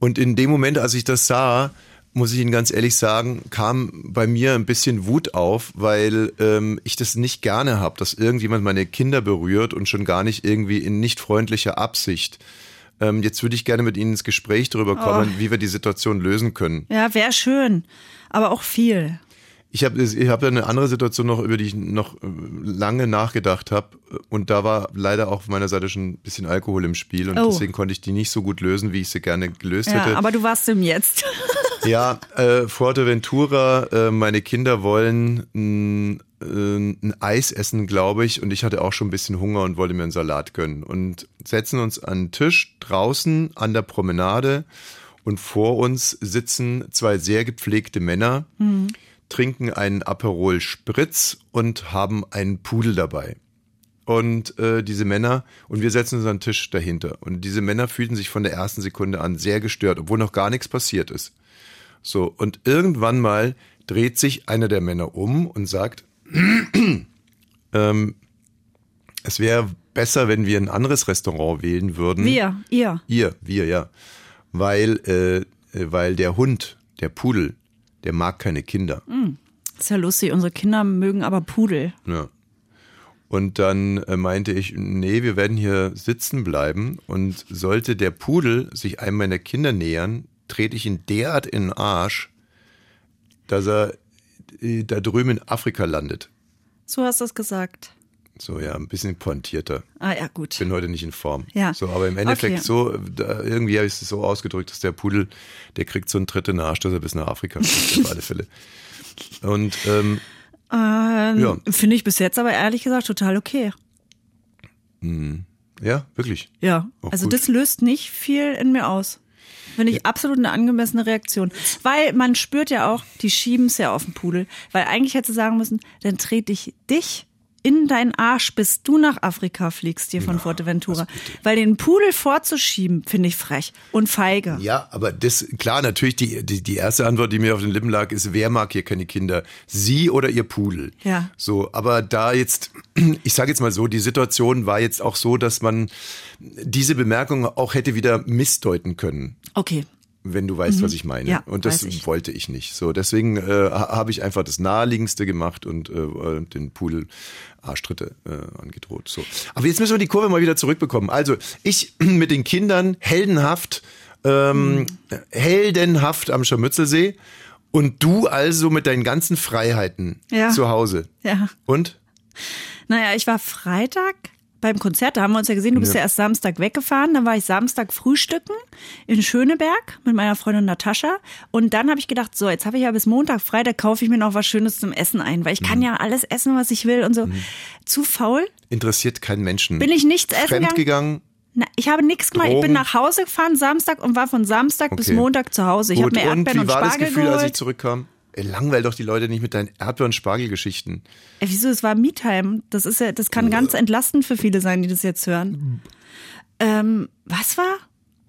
Speaker 6: und in dem Moment, als ich das sah, muss ich Ihnen ganz ehrlich sagen, kam bei mir ein bisschen Wut auf, weil ähm, ich das nicht gerne habe, dass irgendjemand meine Kinder berührt und schon gar nicht irgendwie in nicht freundlicher Absicht. Ähm, jetzt würde ich gerne mit Ihnen ins Gespräch darüber
Speaker 7: Oh.
Speaker 6: kommen, wie wir die Situation lösen können.
Speaker 7: Ja, wäre schön. Aber auch viel.
Speaker 6: Ich habe ich hab ja eine andere Situation noch, über die ich noch äh, lange nachgedacht habe. Und da war leider auch auf meiner Seite schon ein bisschen Alkohol im Spiel. Und
Speaker 7: Oh.
Speaker 6: deswegen konnte ich die nicht so gut lösen, wie ich sie gerne gelöst
Speaker 7: Ja,
Speaker 6: hätte. Hm.
Speaker 7: aber du warst im Jetzt.
Speaker 6: Ja, äh, Fuerteventura, äh, meine Kinder wollen ein, äh, ein Eis essen, glaube ich. Und ich hatte auch schon ein bisschen Hunger und wollte mir einen Salat gönnen. Und setzen uns an den Tisch draußen an der Promenade. Und vor uns sitzen zwei sehr gepflegte Männer, trinken einen Aperol Spritz und haben einen Pudel dabei. Und äh, diese Männer, und wir setzen uns an den Tisch dahinter. Und diese Männer fühlten sich von der ersten Sekunde an sehr gestört, obwohl noch gar nichts passiert ist. So, und irgendwann mal dreht sich einer der Männer um und sagt, ähm, es wäre besser, wenn wir ein anderes Restaurant wählen würden.
Speaker 7: Wir, ihr.
Speaker 6: Ihr, wir, ja. Weil, äh, äh, weil der Hund, der Pudel, der mag keine Kinder.
Speaker 7: Ist ja lustig, unsere Kinder mögen aber Pudel.
Speaker 6: Ja. Und dann äh, meinte ich, nee, wir werden hier sitzen bleiben und sollte der Pudel sich einem meiner Kinder nähern, trete ich ihn derart in den Arsch, dass er äh, da drüben in Afrika landet.
Speaker 7: So hast du es gesagt.
Speaker 6: So, ja, ein bisschen pointierter.
Speaker 7: Ah ja, gut.
Speaker 6: Bin heute nicht in Form.
Speaker 7: Ja.
Speaker 6: So, aber im Endeffekt
Speaker 7: Okay.
Speaker 6: so, äh, da, irgendwie habe ich es so ausgedrückt, dass der Pudel, der kriegt so einen Tritt in den Arsch, dass er bis nach Afrika kommt, auf alle Fälle. Und ähm,
Speaker 7: Ähm,
Speaker 6: Ja.
Speaker 7: Finde ich bis jetzt aber ehrlich gesagt total okay.
Speaker 6: ja, wirklich.
Speaker 7: Ja,
Speaker 6: Auch
Speaker 7: also
Speaker 6: Oh, gut.
Speaker 7: das löst nicht viel in mir aus. Finde ich absolut eine angemessene Reaktion. Weil man spürt ja auch, die schieben es ja auf den Pudel. Weil eigentlich hätte sie sagen müssen, dann trete ich dich in deinen Arsch, bis du nach Afrika fliegst hier von Fuerteventura. Weil den Pudel vorzuschieben, finde ich frech und feige.
Speaker 6: Ja, aber das, klar, natürlich, die, die, die erste Antwort, die mir auf den Lippen lag, ist, wer mag hier keine Kinder? Sie oder ihr Pudel?
Speaker 7: Ja.
Speaker 6: So, aber da jetzt, ich sage jetzt mal so, die Situation war jetzt auch so, dass man diese Bemerkung auch hätte wieder missdeuten können,
Speaker 7: Okay.
Speaker 6: wenn du weißt, was ich meine.
Speaker 7: Mhm. Ja,
Speaker 6: und
Speaker 7: weiß
Speaker 6: das
Speaker 7: ich.
Speaker 6: wollte ich nicht. So, deswegen äh, ha- habe ich einfach das Naheliegendste gemacht und äh, den Pudel Arschtritte äh, angedroht. So. Aber jetzt müssen wir die Kurve mal wieder zurückbekommen. Also, ich mit den Kindern heldenhaft,
Speaker 7: Mhm.
Speaker 6: ähm, heldenhaft am Scharmützelsee und du also mit deinen ganzen Freiheiten
Speaker 7: Ja.
Speaker 6: zu Hause.
Speaker 7: Ja.
Speaker 6: Und?
Speaker 7: Naja, ich war Freitag beim Konzert, da haben wir uns ja gesehen, du bist ja, erst Samstag weggefahren, dann war ich Samstag frühstücken in Schöneberg mit meiner Freundin Natascha und dann habe ich gedacht, so, jetzt habe ich ja bis Montag frei, da kaufe ich mir noch was Schönes zum Essen ein, weil ich
Speaker 6: Mhm.
Speaker 7: kann ja alles essen, was ich will und so. Zu faul
Speaker 6: Interessiert keinen Menschen.
Speaker 7: bin ich nichts essen gegangen. Also
Speaker 6: Fremdgegangen?
Speaker 7: Na, ich habe nichts gemacht, ich bin
Speaker 6: Drogen?
Speaker 7: nach Hause gefahren Samstag und war von Samstag bis
Speaker 6: Okay.
Speaker 7: Montag zu Hause. Ich habe
Speaker 6: Gut,
Speaker 7: mir
Speaker 6: und
Speaker 7: Erdbeeren und,
Speaker 6: wie war das
Speaker 7: Spargel
Speaker 6: Gefühl,
Speaker 7: geholt.
Speaker 6: als ich zurückkam? Ey, Langweil doch die Leute nicht mit deinen Erdbeer- und Spargelgeschichten.
Speaker 7: Ey, Äh, wieso? Es war Me-Time. Das ist
Speaker 6: Äh.
Speaker 7: ja, das kann ganz entlastend für viele sein, die das jetzt hören. Ähm, was war?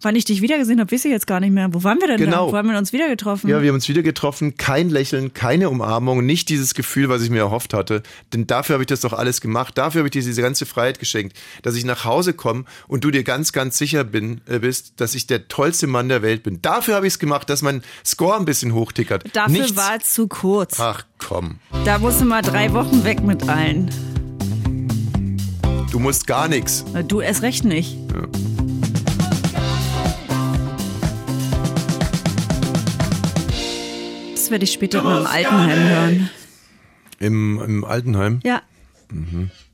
Speaker 7: Wann ich dich wiedergesehen habe, weiß ich jetzt gar nicht mehr. Wo waren wir denn
Speaker 6: Genau.
Speaker 7: da? Wo haben wir uns wieder getroffen?
Speaker 6: Ja, wir haben uns wieder getroffen. Kein Lächeln, keine Umarmung, nicht dieses Gefühl, was ich mir erhofft hatte. Denn dafür habe ich das doch alles gemacht. Dafür habe ich dir diese ganze Freiheit geschenkt, dass ich nach Hause komme und du dir ganz, ganz sicher bin, äh, bist, dass ich der tollste Mann der Welt bin. Dafür habe ich es gemacht, dass mein Score ein bisschen hochtickert.
Speaker 7: Dafür
Speaker 6: Nichts. Ah.
Speaker 7: war es zu kurz.
Speaker 6: Ach komm,
Speaker 7: Da musst du mal drei Wochen weg mit allen.
Speaker 6: du musst gar nichts.
Speaker 7: Äh, Du erst recht nicht. Das werde ich später mal im Altenheim hören.
Speaker 6: Im, im Altenheim.
Speaker 7: Ja.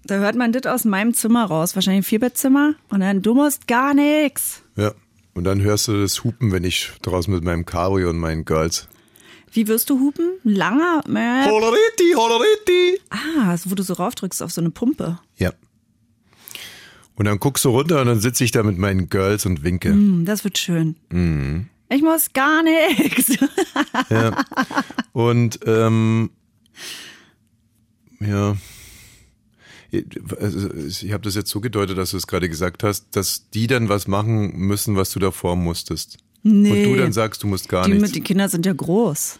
Speaker 7: Da hört man das aus meinem Zimmer raus. Wahrscheinlich ein Vierbettzimmer. Und dann, du musst gar nichts.
Speaker 6: Ja. Und dann hörst du das Hupen, wenn ich draußen mit meinem Cabrio und meinen Girls.
Speaker 7: Wie wirst du hupen? Langer? Mäh.
Speaker 6: Holleriti, holleriti.
Speaker 7: Ah, so, wo du so raufdrückst auf so eine Pumpe.
Speaker 6: Ja. Und dann guckst du runter und dann sitze ich da mit meinen Girls und winke.
Speaker 7: Hm, Das wird schön.
Speaker 6: Mhm.
Speaker 7: Ich muss gar nichts.
Speaker 6: Und ähm, ja, Also, ich habe das jetzt so gedeutet, dass du es gerade gesagt hast, dass die dann was machen müssen, was du davor musstest.
Speaker 7: Nee.
Speaker 6: Und du dann sagst, du musst gar
Speaker 7: Die,
Speaker 6: nichts.
Speaker 7: mit, die Kinder sind ja groß.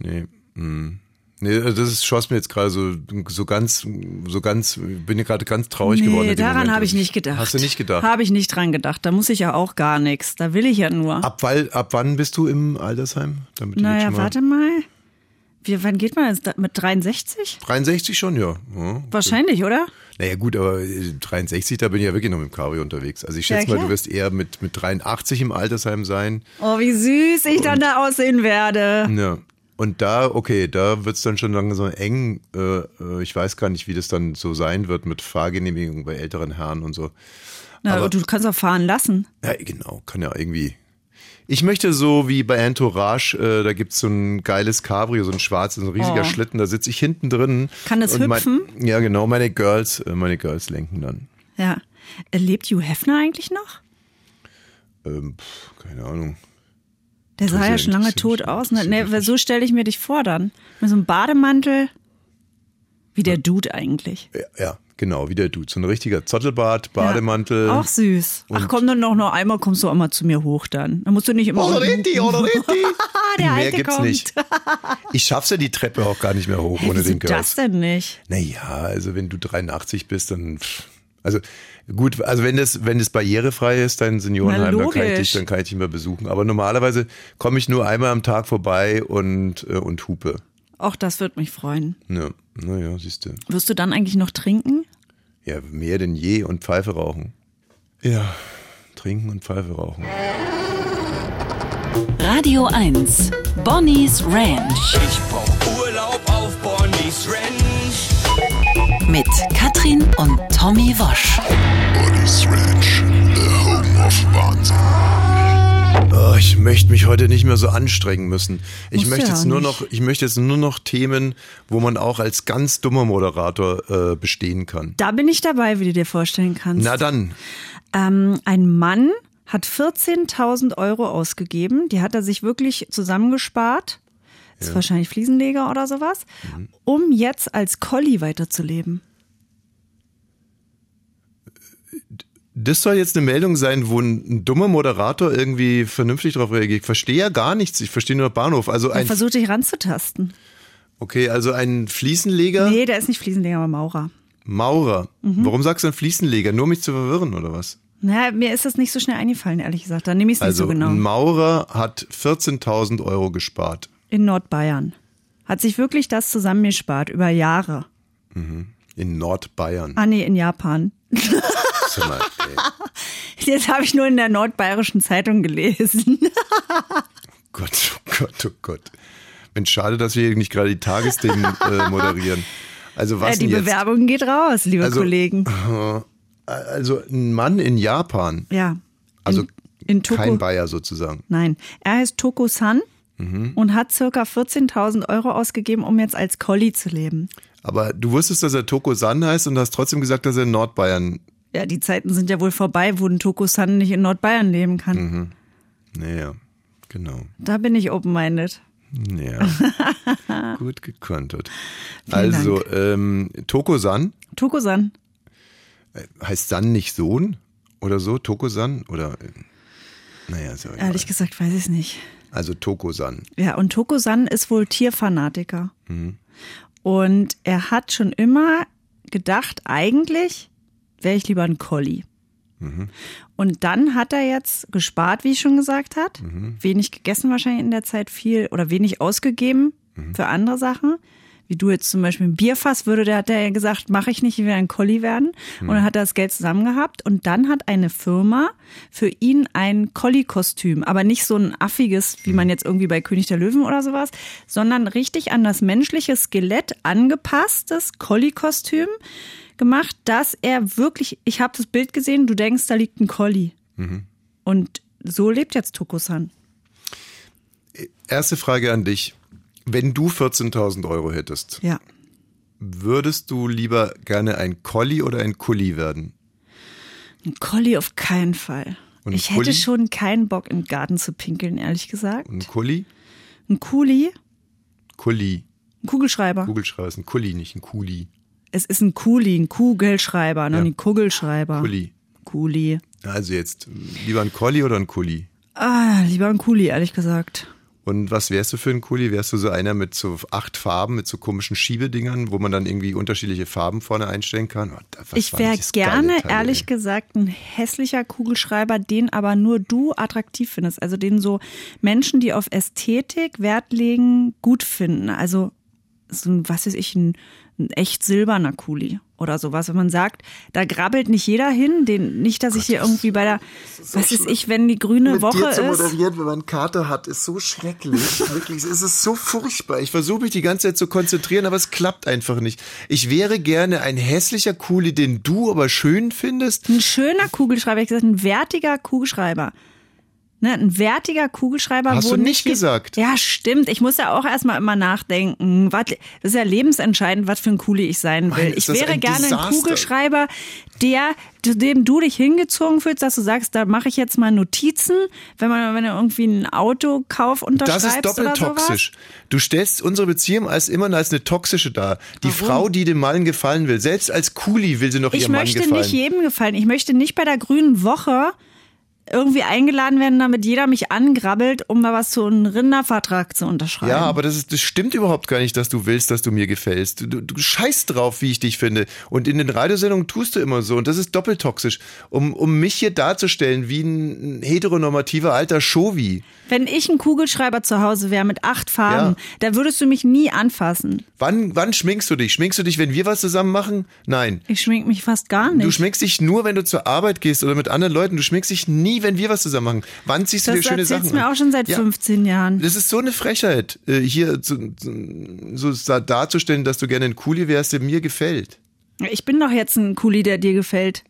Speaker 6: Nee. mm. Nee, also das ist, schoss mir jetzt gerade so, so ganz, so ganz, bin ja gerade ganz traurig geworden.
Speaker 7: Nee,
Speaker 6: in dem
Speaker 7: daran
Speaker 6: Moment.
Speaker 7: habe ich nicht gedacht.
Speaker 6: Hast du nicht gedacht?
Speaker 7: Habe ich nicht dran gedacht. Da muss ich ja auch gar nichts. Da will ich ja nur.
Speaker 6: ab, weil, ab wann bist du im Altersheim? Damit ich jetzt
Speaker 7: naja,
Speaker 6: schon mal-
Speaker 7: warte mal. Wie, wann geht man jetzt da- mit 63?
Speaker 6: 63 schon, ja. ja.
Speaker 7: Wahrscheinlich, oder?
Speaker 6: Naja gut, aber äh, 63, da bin ich ja wirklich noch mit dem Cabrio unterwegs. Also ich schätze mal,
Speaker 7: klar.
Speaker 6: du wirst eher mit, mit 83 im Altersheim sein.
Speaker 7: Oh, wie süß ich dann da aussehen werde.
Speaker 6: Ja. Und da, okay, da wird's dann schon langsam eng. Äh, äh, ich weiß gar nicht, wie das dann so sein wird mit Fahrgenehmigung bei älteren Herren und so.
Speaker 7: Na,
Speaker 6: aber-
Speaker 7: du kannst auch fahren lassen.
Speaker 6: Ja, genau, kann ja irgendwie. Ich möchte so wie bei Entourage, äh, da gibt's so ein geiles Cabrio, so ein schwarzes, so ein riesiger
Speaker 7: Oh.
Speaker 6: Schlitten, da sitze ich hinten drin.
Speaker 7: Kann es
Speaker 6: und mein-
Speaker 7: hüpfen?
Speaker 6: Ja, genau, meine Girls, äh, meine Girls lenken dann.
Speaker 7: Ja. Äh, Lebt Hugh Hefner eigentlich noch?
Speaker 6: Ähm, pf, keine Ahnung.
Speaker 7: Der sah
Speaker 6: Interessiert-
Speaker 7: ja schon lange
Speaker 6: interessiert
Speaker 7: tot
Speaker 6: mich-
Speaker 7: aus. Ne?
Speaker 6: interessiert
Speaker 7: Nee,
Speaker 6: mich
Speaker 7: so stelle ich mir dich vor dann. Mit so einem Bademantel. Wie der Dude eigentlich.
Speaker 6: Ja, ja, genau, wie der Dude. So ein richtiger Zottelbart, Bademantel.
Speaker 7: Auch süß. Ach komm, dann noch, noch einmal kommst du auch mal zu mir hoch dann. Dann musst du nicht
Speaker 6: Oh,
Speaker 7: immer. Ah,
Speaker 6: Odoretti, Odoretti.
Speaker 7: der
Speaker 6: Mehr
Speaker 7: Alte
Speaker 6: gibt's
Speaker 7: kommt.
Speaker 6: nicht. Ich schaff's ja die Treppe auch gar nicht mehr hoch
Speaker 7: Hey,
Speaker 6: ohne
Speaker 7: wieso
Speaker 6: den
Speaker 7: das
Speaker 6: Girls.
Speaker 7: denn nicht?
Speaker 6: Naja, also wenn du 83 bist, dann pff. also gut, also wenn das wenn das barrierefrei ist, dein Seniorenheim,
Speaker 7: Na,
Speaker 6: dann kann ich dich
Speaker 7: logisch.
Speaker 6: dann kann ich dich mal besuchen. Aber normalerweise komme ich nur einmal am Tag vorbei und äh, und hupe.
Speaker 7: Auch das wird mich freuen.
Speaker 6: Ja, naja, siehst du.
Speaker 7: Wirst du dann eigentlich noch trinken?
Speaker 6: Ja, mehr denn je und Pfeife rauchen. Ja, trinken und Pfeife rauchen.
Speaker 3: Radio 1. Bonnie's Ranch
Speaker 4: Ich brauch Urlaub auf Bonnie's Ranch.
Speaker 3: mit Katrin und Tommy Wosch.
Speaker 5: Bonnie's Ranch, the home of Wahnsinn.
Speaker 6: Oh, ich möchte mich heute nicht mehr so anstrengen müssen. Ich
Speaker 7: Musst du
Speaker 6: möchte
Speaker 7: ja
Speaker 6: jetzt
Speaker 7: auch
Speaker 6: nur
Speaker 7: nicht.
Speaker 6: noch, ich möchte jetzt nur noch Themen, wo man auch als ganz dummer Moderator äh, bestehen kann.
Speaker 7: Da bin ich dabei, wie du dir vorstellen kannst.
Speaker 6: Na dann,
Speaker 7: Ähm, ein Mann hat 14.000 Euro ausgegeben. Die hat er sich wirklich zusammengespart. Ist wahrscheinlich Fliesenleger oder sowas.
Speaker 6: Mhm.
Speaker 7: Um jetzt als Collie weiterzuleben.
Speaker 6: das soll jetzt eine Meldung sein, wo ein ein dummer Moderator irgendwie vernünftig darauf reagiert. Ich verstehe ja gar nichts. Ich verstehe nur Bahnhof. Also
Speaker 7: Man
Speaker 6: ein,
Speaker 7: versucht dich ranzutasten.
Speaker 6: okay, also ein Fliesenleger,
Speaker 7: Nee, Mhm. der ist nicht Fliesenleger, aber Maurer.
Speaker 6: Maurer. Warum sagst du ein Fliesenleger? Nur um mich zu verwirren oder was?
Speaker 7: Na, mir ist das nicht so schnell eingefallen, ehrlich gesagt. Da nehme ich es
Speaker 6: Also
Speaker 7: nicht so genau.
Speaker 6: ein Maurer hat 14.000 Euro gespart.
Speaker 7: In Nordbayern. Hat sich wirklich das zusammengespart über Jahre.
Speaker 6: In Nordbayern.
Speaker 7: Ah nee, in Japan. Ah.
Speaker 6: Sag mal, ey.
Speaker 7: Jetzt habe ich nur in der Nordbayerischen Zeitung gelesen.
Speaker 6: Gott, oh Gott, oh Gott. Mensch, schade, dass wir hier nicht gerade die Tagesthemen äh, moderieren. Also was
Speaker 7: Äh, die
Speaker 6: denn jetzt?
Speaker 7: Bewerbung geht raus, liebe
Speaker 6: Also-
Speaker 7: Kollegen.
Speaker 6: Also ein Mann in Japan,
Speaker 7: Ja.
Speaker 6: also
Speaker 7: in, in Toko.
Speaker 6: kein Bayer sozusagen.
Speaker 7: Nein, er heißt Toko San und hat circa 14.000 Euro ausgegeben, um jetzt als Collie zu leben.
Speaker 6: Aber du wusstest, dass er Toko San heißt und hast trotzdem gesagt, dass er in Nordbayern.
Speaker 7: Ja, die Zeiten sind ja wohl vorbei, wo ein Toko San nicht in Nordbayern leben kann.
Speaker 6: Naja, genau.
Speaker 7: Da bin ich open-minded.
Speaker 6: Ja. Gut gekontert. Also, ähm, Toko San
Speaker 7: Toko San.
Speaker 6: heißt San nicht Sohn oder so? Toko San? Oder Naja, ist ja egal.
Speaker 7: Ehrlich gesagt weiß ich es nicht.
Speaker 6: Also Tokosan.
Speaker 7: Ja, und Tokusan ist wohl Tierfanatiker. Und er hat schon immer gedacht, eigentlich wäre ich lieber ein Collie. Und dann hat er jetzt gespart, wie ich schon gesagt hat, wenig gegessen wahrscheinlich in der Zeit viel oder wenig ausgegeben für andere Sachen. Wie du jetzt zum Beispiel ein Bierfass würde, der hat er ja gesagt, mache ich nicht, ich will ein Collie werden. Und dann hat er das Geld zusammen gehabt und dann hat eine Firma für ihn ein Collie-Kostüm, aber nicht so ein affiges, wie man jetzt irgendwie bei König der Löwen oder sowas, sondern richtig an das menschliche Skelett angepasstes Collie-Kostüm gemacht, dass er wirklich, ich habe das Bild gesehen, du denkst, da liegt ein Collie.
Speaker 6: Mhm.
Speaker 7: Und so lebt jetzt Tokusan.
Speaker 6: Erste Frage an dich. Wenn du 14.000 Euro hättest,
Speaker 7: Ja.
Speaker 6: würdest du lieber gerne ein Collie oder ein Kuli werden?
Speaker 7: Ein Collie auf keinen Fall.
Speaker 6: Und ein
Speaker 7: ich hätte
Speaker 6: Collie?
Speaker 7: schon keinen Bock, im Garten zu pinkeln, ehrlich gesagt.
Speaker 6: Ein Kuli?
Speaker 7: Ein Kuli,
Speaker 6: Kuli.
Speaker 7: ein Kugelschreiber.
Speaker 6: Kugelschreiber ist ein Kuli, nicht ein Kuli.
Speaker 7: es ist ein Kuli, ein Kugelschreiber, noch
Speaker 6: Ja.
Speaker 7: ein Kugelschreiber.
Speaker 6: Kuli.
Speaker 7: Kuli.
Speaker 6: Also jetzt lieber ein Collie oder ein Kuli?
Speaker 7: Ah, lieber ein Kuli, ehrlich gesagt.
Speaker 6: Und was wärst du für ein Kuli? Wärst du so einer mit so acht Farben, mit so komischen Schiebedingern, wo man dann irgendwie unterschiedliche Farben vorne einstellen kann? Oh, da- was
Speaker 7: ich
Speaker 6: waren
Speaker 7: wäre
Speaker 6: das geile
Speaker 7: gerne,
Speaker 6: Teile,
Speaker 7: ehrlich
Speaker 6: ey.
Speaker 7: gesagt, ein hässlicher Kugelschreiber, den aber nur du attraktiv findest. Also den so Menschen, die auf Ästhetik Wert legen, gut finden. Also so ein, was weiß ich, ein, ein echt silberner Kuli oder sowas. Wenn man sagt, da grabbelt nicht jeder hin, den, nicht, dass ich hier irgendwie bei der, was weiß ich, wenn die grüne
Speaker 6: mit
Speaker 7: Woche
Speaker 6: dir zu
Speaker 7: ist.
Speaker 6: moderieren, wenn man Karte hat, ist so schrecklich. Wirklich, es ist so furchtbar. Ich versuche mich die ganze Zeit zu konzentrieren, aber es klappt einfach nicht. Ich wäre gerne ein hässlicher Kuli, den du aber schön findest.
Speaker 7: Ein schöner Kugelschreiber, ich hab gesagt, ein wertiger Kugelschreiber. Ne, ein wertiger Kugelschreiber.
Speaker 6: Hast
Speaker 7: wo
Speaker 6: du nicht
Speaker 7: viel-
Speaker 6: gesagt.
Speaker 7: Ja, stimmt. Ich muss ja auch erstmal immer nachdenken. Was, das ist ja lebensentscheidend, was für ein Kuli ich sein will.
Speaker 6: Mann,
Speaker 7: ich
Speaker 6: ist das
Speaker 7: wäre
Speaker 6: ein
Speaker 7: gerne
Speaker 6: Desaster.
Speaker 7: ein Kugelschreiber, der, zu dem du dich hingezogen fühlst, dass du sagst, da mache ich jetzt mal Notizen, wenn man, wenn du irgendwie einen Autokauf unterschreibst
Speaker 6: Das ist doppelt
Speaker 7: oder sowas.
Speaker 6: toxisch. Du stellst unsere Beziehung als immer als eine toxische dar. Die Frau, die dem Mann gefallen will, selbst als Kuli will sie noch
Speaker 7: Ich
Speaker 6: ihrem Mann
Speaker 7: möchte
Speaker 6: gefallen.
Speaker 7: nicht jedem gefallen. Ich möchte nicht bei der Grünen Woche irgendwie eingeladen werden, damit jeder mich angrabbelt, um mal was zu einem Rindervertrag zu unterschreiben.
Speaker 6: ja, aber das, ist, das stimmt überhaupt gar nicht, dass du willst, dass du mir gefällst. Du, du, du scheißt drauf, wie ich dich finde. Und in den Radiosendungen tust du immer so. Und das ist doppelt toxisch. Um, um mich hier darzustellen wie ein heteronormativer alter Shovi.
Speaker 7: Wenn ich ein Kugelschreiber zu Hause wäre mit acht Farben,
Speaker 6: Ja.
Speaker 7: da würdest du mich nie anfassen.
Speaker 6: Wann, wann schminkst du dich? Schminkst du dich, wenn wir was zusammen machen? Nein.
Speaker 7: Ich schmink mich fast gar
Speaker 6: Du
Speaker 7: nicht.
Speaker 6: schminkst dich nur, wenn du zur Arbeit gehst oder mit anderen Leuten. Du schminkst dich nie, wenn wir was zusammen machen. Wann ziehst du
Speaker 7: das
Speaker 6: dir schöne
Speaker 7: erzählst
Speaker 6: Sachen
Speaker 7: mir
Speaker 6: an?
Speaker 7: auch schon seit
Speaker 6: Ja.
Speaker 7: 15 Jahren.
Speaker 6: Das ist so eine Frechheit, äh, hier zu, zu, so sa- darzustellen, dass du gerne ein Kuli wärst, der mir gefällt.
Speaker 7: Ich bin doch jetzt ein Kuli, der dir gefällt.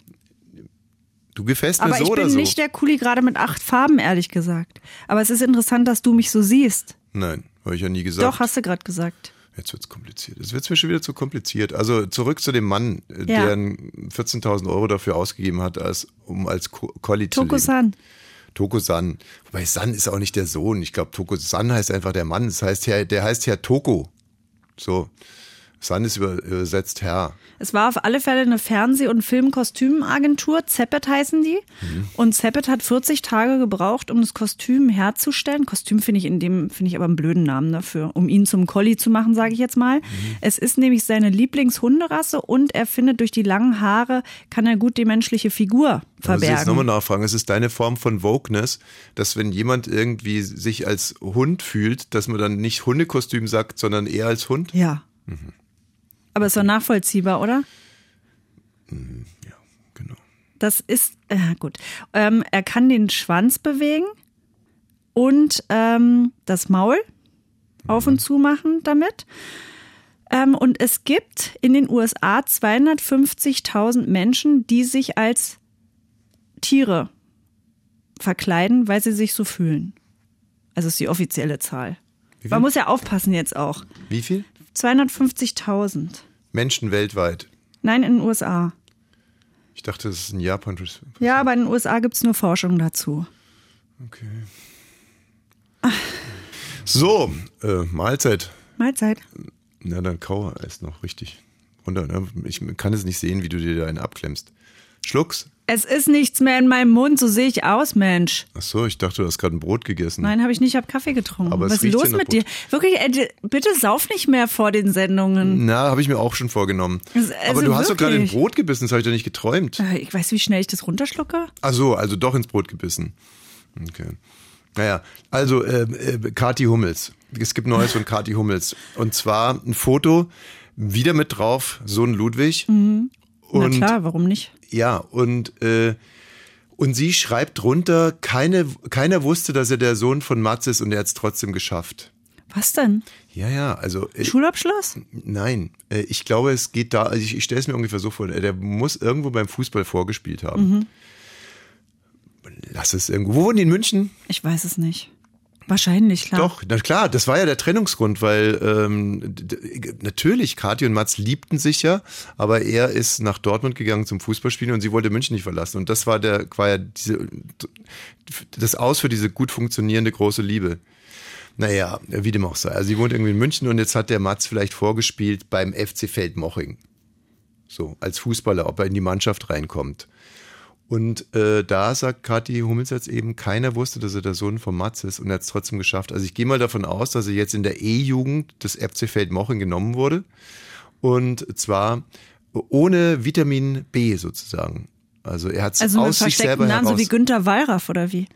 Speaker 6: Du gefällst mir
Speaker 7: Aber
Speaker 6: so
Speaker 7: ich
Speaker 6: oder
Speaker 7: bin
Speaker 6: so.
Speaker 7: nicht der Kuli gerade mit acht Farben, ehrlich gesagt. Aber es ist interessant, dass du mich so siehst.
Speaker 6: Nein, habe ich ja nie gesagt.
Speaker 7: Doch, hast du gerade gesagt.
Speaker 6: Jetzt wird's kompliziert. Jetzt wird's mir schon wieder zu kompliziert. Also zurück zu dem Mann, äh,
Speaker 7: Ja.
Speaker 6: der 14.000 Euro dafür ausgegeben hat, als, um als Ko- Collie zu leben.
Speaker 7: Tokusan.
Speaker 6: Tokusan. Wobei San ist auch nicht der Sohn. Ich glaube, Tokusan heißt einfach der Mann. Das heißt, Herr, der heißt Herr Toko. So. San ist über, übersetzt Herr.
Speaker 7: Es war auf alle Fälle eine Fernseh- und Filmkostümagentur, Zeppet heißen die.
Speaker 6: Mhm.
Speaker 7: Und Zeppet hat 40 Tage gebraucht, um das Kostüm herzustellen. Kostüm finde ich in dem, finde ich aber einen blöden Namen dafür, um ihn zum Collie zu machen, sage ich jetzt mal.
Speaker 6: Mhm.
Speaker 7: Es ist nämlich seine Lieblingshunderasse und er findet durch die langen Haare kann er gut die menschliche Figur
Speaker 6: Muss ich jetzt nochmal
Speaker 7: verbergen.
Speaker 6: nachfragen. Es ist deine Form von Wokeness, dass wenn jemand irgendwie sich als Hund fühlt, dass man dann nicht Hundekostüm sagt, sondern eher als Hund?
Speaker 7: Ja.
Speaker 6: Mhm.
Speaker 7: Aber ist doch nachvollziehbar, oder?
Speaker 6: Ja, genau.
Speaker 7: Das ist, äh, gut. Ähm, er kann den Schwanz bewegen und ähm, das Maul auf und zu machen damit. Ähm, und es gibt in den USA 250.000 Menschen, die sich als Tiere verkleiden, weil sie sich so fühlen. Also ist die offizielle Zahl.
Speaker 6: viel?
Speaker 7: Man muss ja aufpassen jetzt auch.
Speaker 6: Wie viel?
Speaker 7: 250.000.
Speaker 6: Menschen weltweit.
Speaker 7: Nein, in den USA.
Speaker 6: Ich dachte, das ist in Japan.
Speaker 7: Ja, aber in den USA gibt es nur Forschung dazu.
Speaker 6: Okay. So, äh, Mahlzeit.
Speaker 7: Mahlzeit.
Speaker 6: Na, dann kauer es noch richtig. Runter, ne? Ich kann es nicht sehen, wie du dir da einen abklemmst. Schlucks.
Speaker 7: Es ist nichts mehr in meinem Mund, so sehe ich aus, Mensch.
Speaker 6: Ach so, ich dachte, du hast gerade ein Brot gegessen.
Speaker 7: Nein, habe ich nicht, ich habe Kaffee getrunken.
Speaker 6: Aber es
Speaker 7: Was ist
Speaker 6: riecht
Speaker 7: los
Speaker 6: hier noch
Speaker 7: mit dir?
Speaker 6: gut.
Speaker 7: Wirklich, ey, di- bitte sauf nicht mehr vor den Sendungen.
Speaker 6: Na, habe ich mir auch schon vorgenommen.
Speaker 7: Also
Speaker 6: Aber du hast doch gerade in
Speaker 7: wirklich.
Speaker 6: Brot gebissen, das habe ich doch nicht geträumt.
Speaker 7: Äh, Ich weiß, wie schnell ich das runterschlucke.
Speaker 6: Ach so, also doch ins Brot gebissen. Okay. Naja, also äh, äh, Kati Hummels. Es gibt Neues von Kati Hummels. Und zwar ein Foto, wieder mit drauf, Sohn Ludwig.
Speaker 7: Mhm. Na
Speaker 6: Und
Speaker 7: klar, warum nicht?
Speaker 6: ja, und, äh, und sie schreibt drunter, keine, keiner wusste, dass er der Sohn von Mats ist und er hat es trotzdem geschafft.
Speaker 7: Was denn?
Speaker 6: Ja, ja, also äh,
Speaker 7: Schulabschluss?
Speaker 6: Nein, äh, ich glaube, es geht da, also ich, ich stelle es mir ungefähr so vor, der muss irgendwo beim Fußball vorgespielt haben. Lass es irgendwo. Wo wurden die in München?
Speaker 7: Ich weiß es nicht. Wahrscheinlich, klar.
Speaker 6: Doch, na klar, das war ja der Trennungsgrund, weil ähm, d- d- natürlich, Kathi und Mats liebten sich ja, aber er ist nach Dortmund gegangen zum Fußballspielen und sie wollte München nicht verlassen. Und das war der, war ja diese, das Aus für diese gut funktionierende große Liebe. Naja, wie dem auch sei. Also sie wohnt irgendwie in München und jetzt hat der Mats vielleicht vorgespielt beim FC Feldmoching. So, als Fußballer, ob er in die Mannschaft reinkommt. Und äh, da sagt Kathi Hummels jetzt eben, keiner wusste, dass er der Sohn von Mats ist und er hat es trotzdem geschafft. Also ich gehe mal davon aus, dass er jetzt in der E-Jugend des FC Feldmochen genommen wurde. Und zwar ohne Vitamin B sozusagen. Also er hat es
Speaker 7: Also mit
Speaker 6: aus sich selber
Speaker 7: versteckten Namen, so
Speaker 6: heraus.
Speaker 7: wie Günther Wallraff oder wie?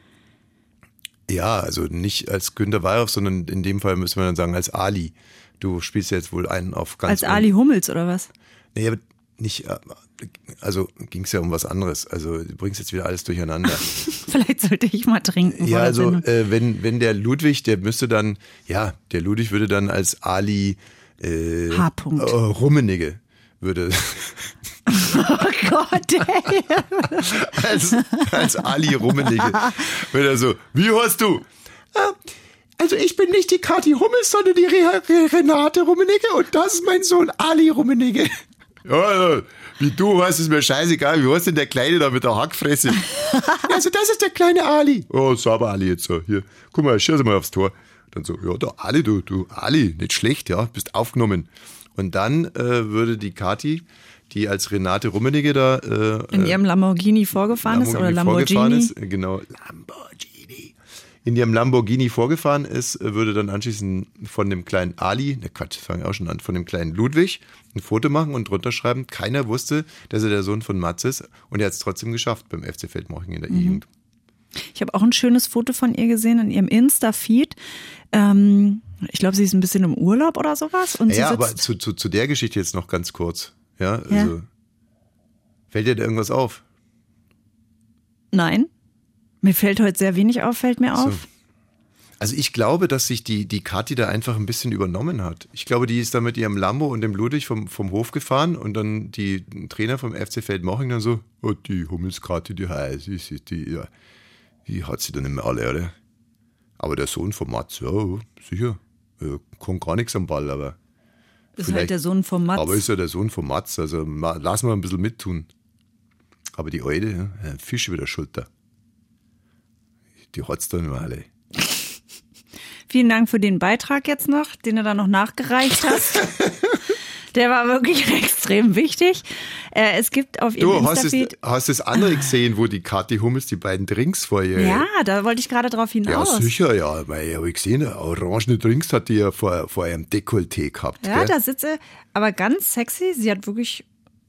Speaker 6: Ja, also nicht als Günter Wallraff, sondern in dem Fall müssen wir dann sagen als Ali. Du spielst jetzt wohl einen auf ganz genau.
Speaker 7: Als
Speaker 6: un-
Speaker 7: Ali Hummels oder was?
Speaker 6: Nee, aber nicht, äh, also ging's ja um was anderes. Also du bringst jetzt wieder alles durcheinander.
Speaker 7: Vielleicht sollte ich mal trinken. vor
Speaker 6: ja,
Speaker 7: der
Speaker 6: also
Speaker 7: Sendung.
Speaker 6: äh, wenn, wenn der Ludwig, der müsste dann, ja, der Ludwig würde dann als Ali äh,
Speaker 7: H.
Speaker 6: äh,
Speaker 7: -Punkt.
Speaker 6: Rummenigge würde
Speaker 7: Oh Gott, ey.
Speaker 6: als, als Ali Rummenigge. Wenn er so, wie hörst du? Ah, Also ich bin nicht die Kathi Hummels, sondern die Re Re Renate Rummenigge und das ist mein Sohn Ali Rummenigge. Ja, also, wie du hast, ist mir scheißegal. Wie heißt denn der Kleine da mit der Hackfresse? Ja, also das ist der kleine Ali. Oh, sauber Ali jetzt so. Hier, guck mal, schieß mal aufs Tor. Dann so, ja, der Ali, du, du Ali, nicht schlecht, ja, bist aufgenommen. Und dann äh, würde die Kathi, die als Renate Rummenigge da äh,
Speaker 7: In ihrem Lamborghini vorgefahren ist oder
Speaker 6: vorgefahren
Speaker 7: Lamborghini?
Speaker 6: Ist, genau, Lamborghini. In ihrem Lamborghini vorgefahren ist, äh, würde dann anschließend von dem kleinen Ali, ne Quatsch, fange ich auch schon an, von dem kleinen Ludwig ein Foto machen und drunter schreiben, keiner wusste, dass er der Sohn von Mats ist und er hat es trotzdem geschafft beim FC Feldmoching in der
Speaker 7: Mhm.
Speaker 6: E-Jugend.
Speaker 7: Ich habe auch ein schönes Foto von ihr gesehen in ihrem Insta-Feed. Ähm, ich glaube, sie ist ein bisschen im Urlaub oder sowas. Und
Speaker 6: Ja,
Speaker 7: sie
Speaker 6: aber
Speaker 7: sitzt,
Speaker 6: zu, zu, zu der Geschichte jetzt noch ganz kurz. Ja,
Speaker 7: Ja.
Speaker 6: also, fällt dir da irgendwas auf?
Speaker 7: nein, mir fällt heute sehr wenig auf, fällt mir
Speaker 6: So.
Speaker 7: auf.
Speaker 6: Also ich glaube, dass sich die, die Kathi da einfach ein bisschen übernommen hat. Ich glaube, die ist da mit ihrem Lambo und dem Ludwig vom, vom Hof gefahren und dann die Trainer vom FC Feldmoching dann so, oh, die Hummels-Kathi, die heiß ist, die, die, ja, die hat sie dann immer alle, oder? Aber der Sohn von Mats, ja, sicher, äh, kann gar nichts am Ball, aber,
Speaker 7: Ist
Speaker 6: Vielleicht.
Speaker 7: halt der Sohn von Mats.
Speaker 6: aber ist ja der Sohn von Mats, also ma, lass mal ein bisschen mittun. Aber die Alte, ja, ein Fisch über der Schulter, die hat's dann immer alle.
Speaker 7: Vielen Dank für den Beitrag jetzt noch, den du da noch nachgereicht hast. Der war wirklich extrem wichtig. Äh, es gibt auf ihrem
Speaker 6: Du hast es,
Speaker 7: Insta-Feed.
Speaker 6: hast es andere gesehen, wo die Kathi Hummels die beiden Drinks vor ihr.
Speaker 7: Ja, da wollte ich gerade drauf
Speaker 6: Äh. Ja,
Speaker 7: hinaus.
Speaker 6: sicher, ja. Weil ich habe gesehen, orangene Drinks hat die ja vor, vor ihrem Dekolleté gehabt.
Speaker 7: Ja,
Speaker 6: gell?
Speaker 7: da sitze, aber ganz sexy. Sie hat wirklich,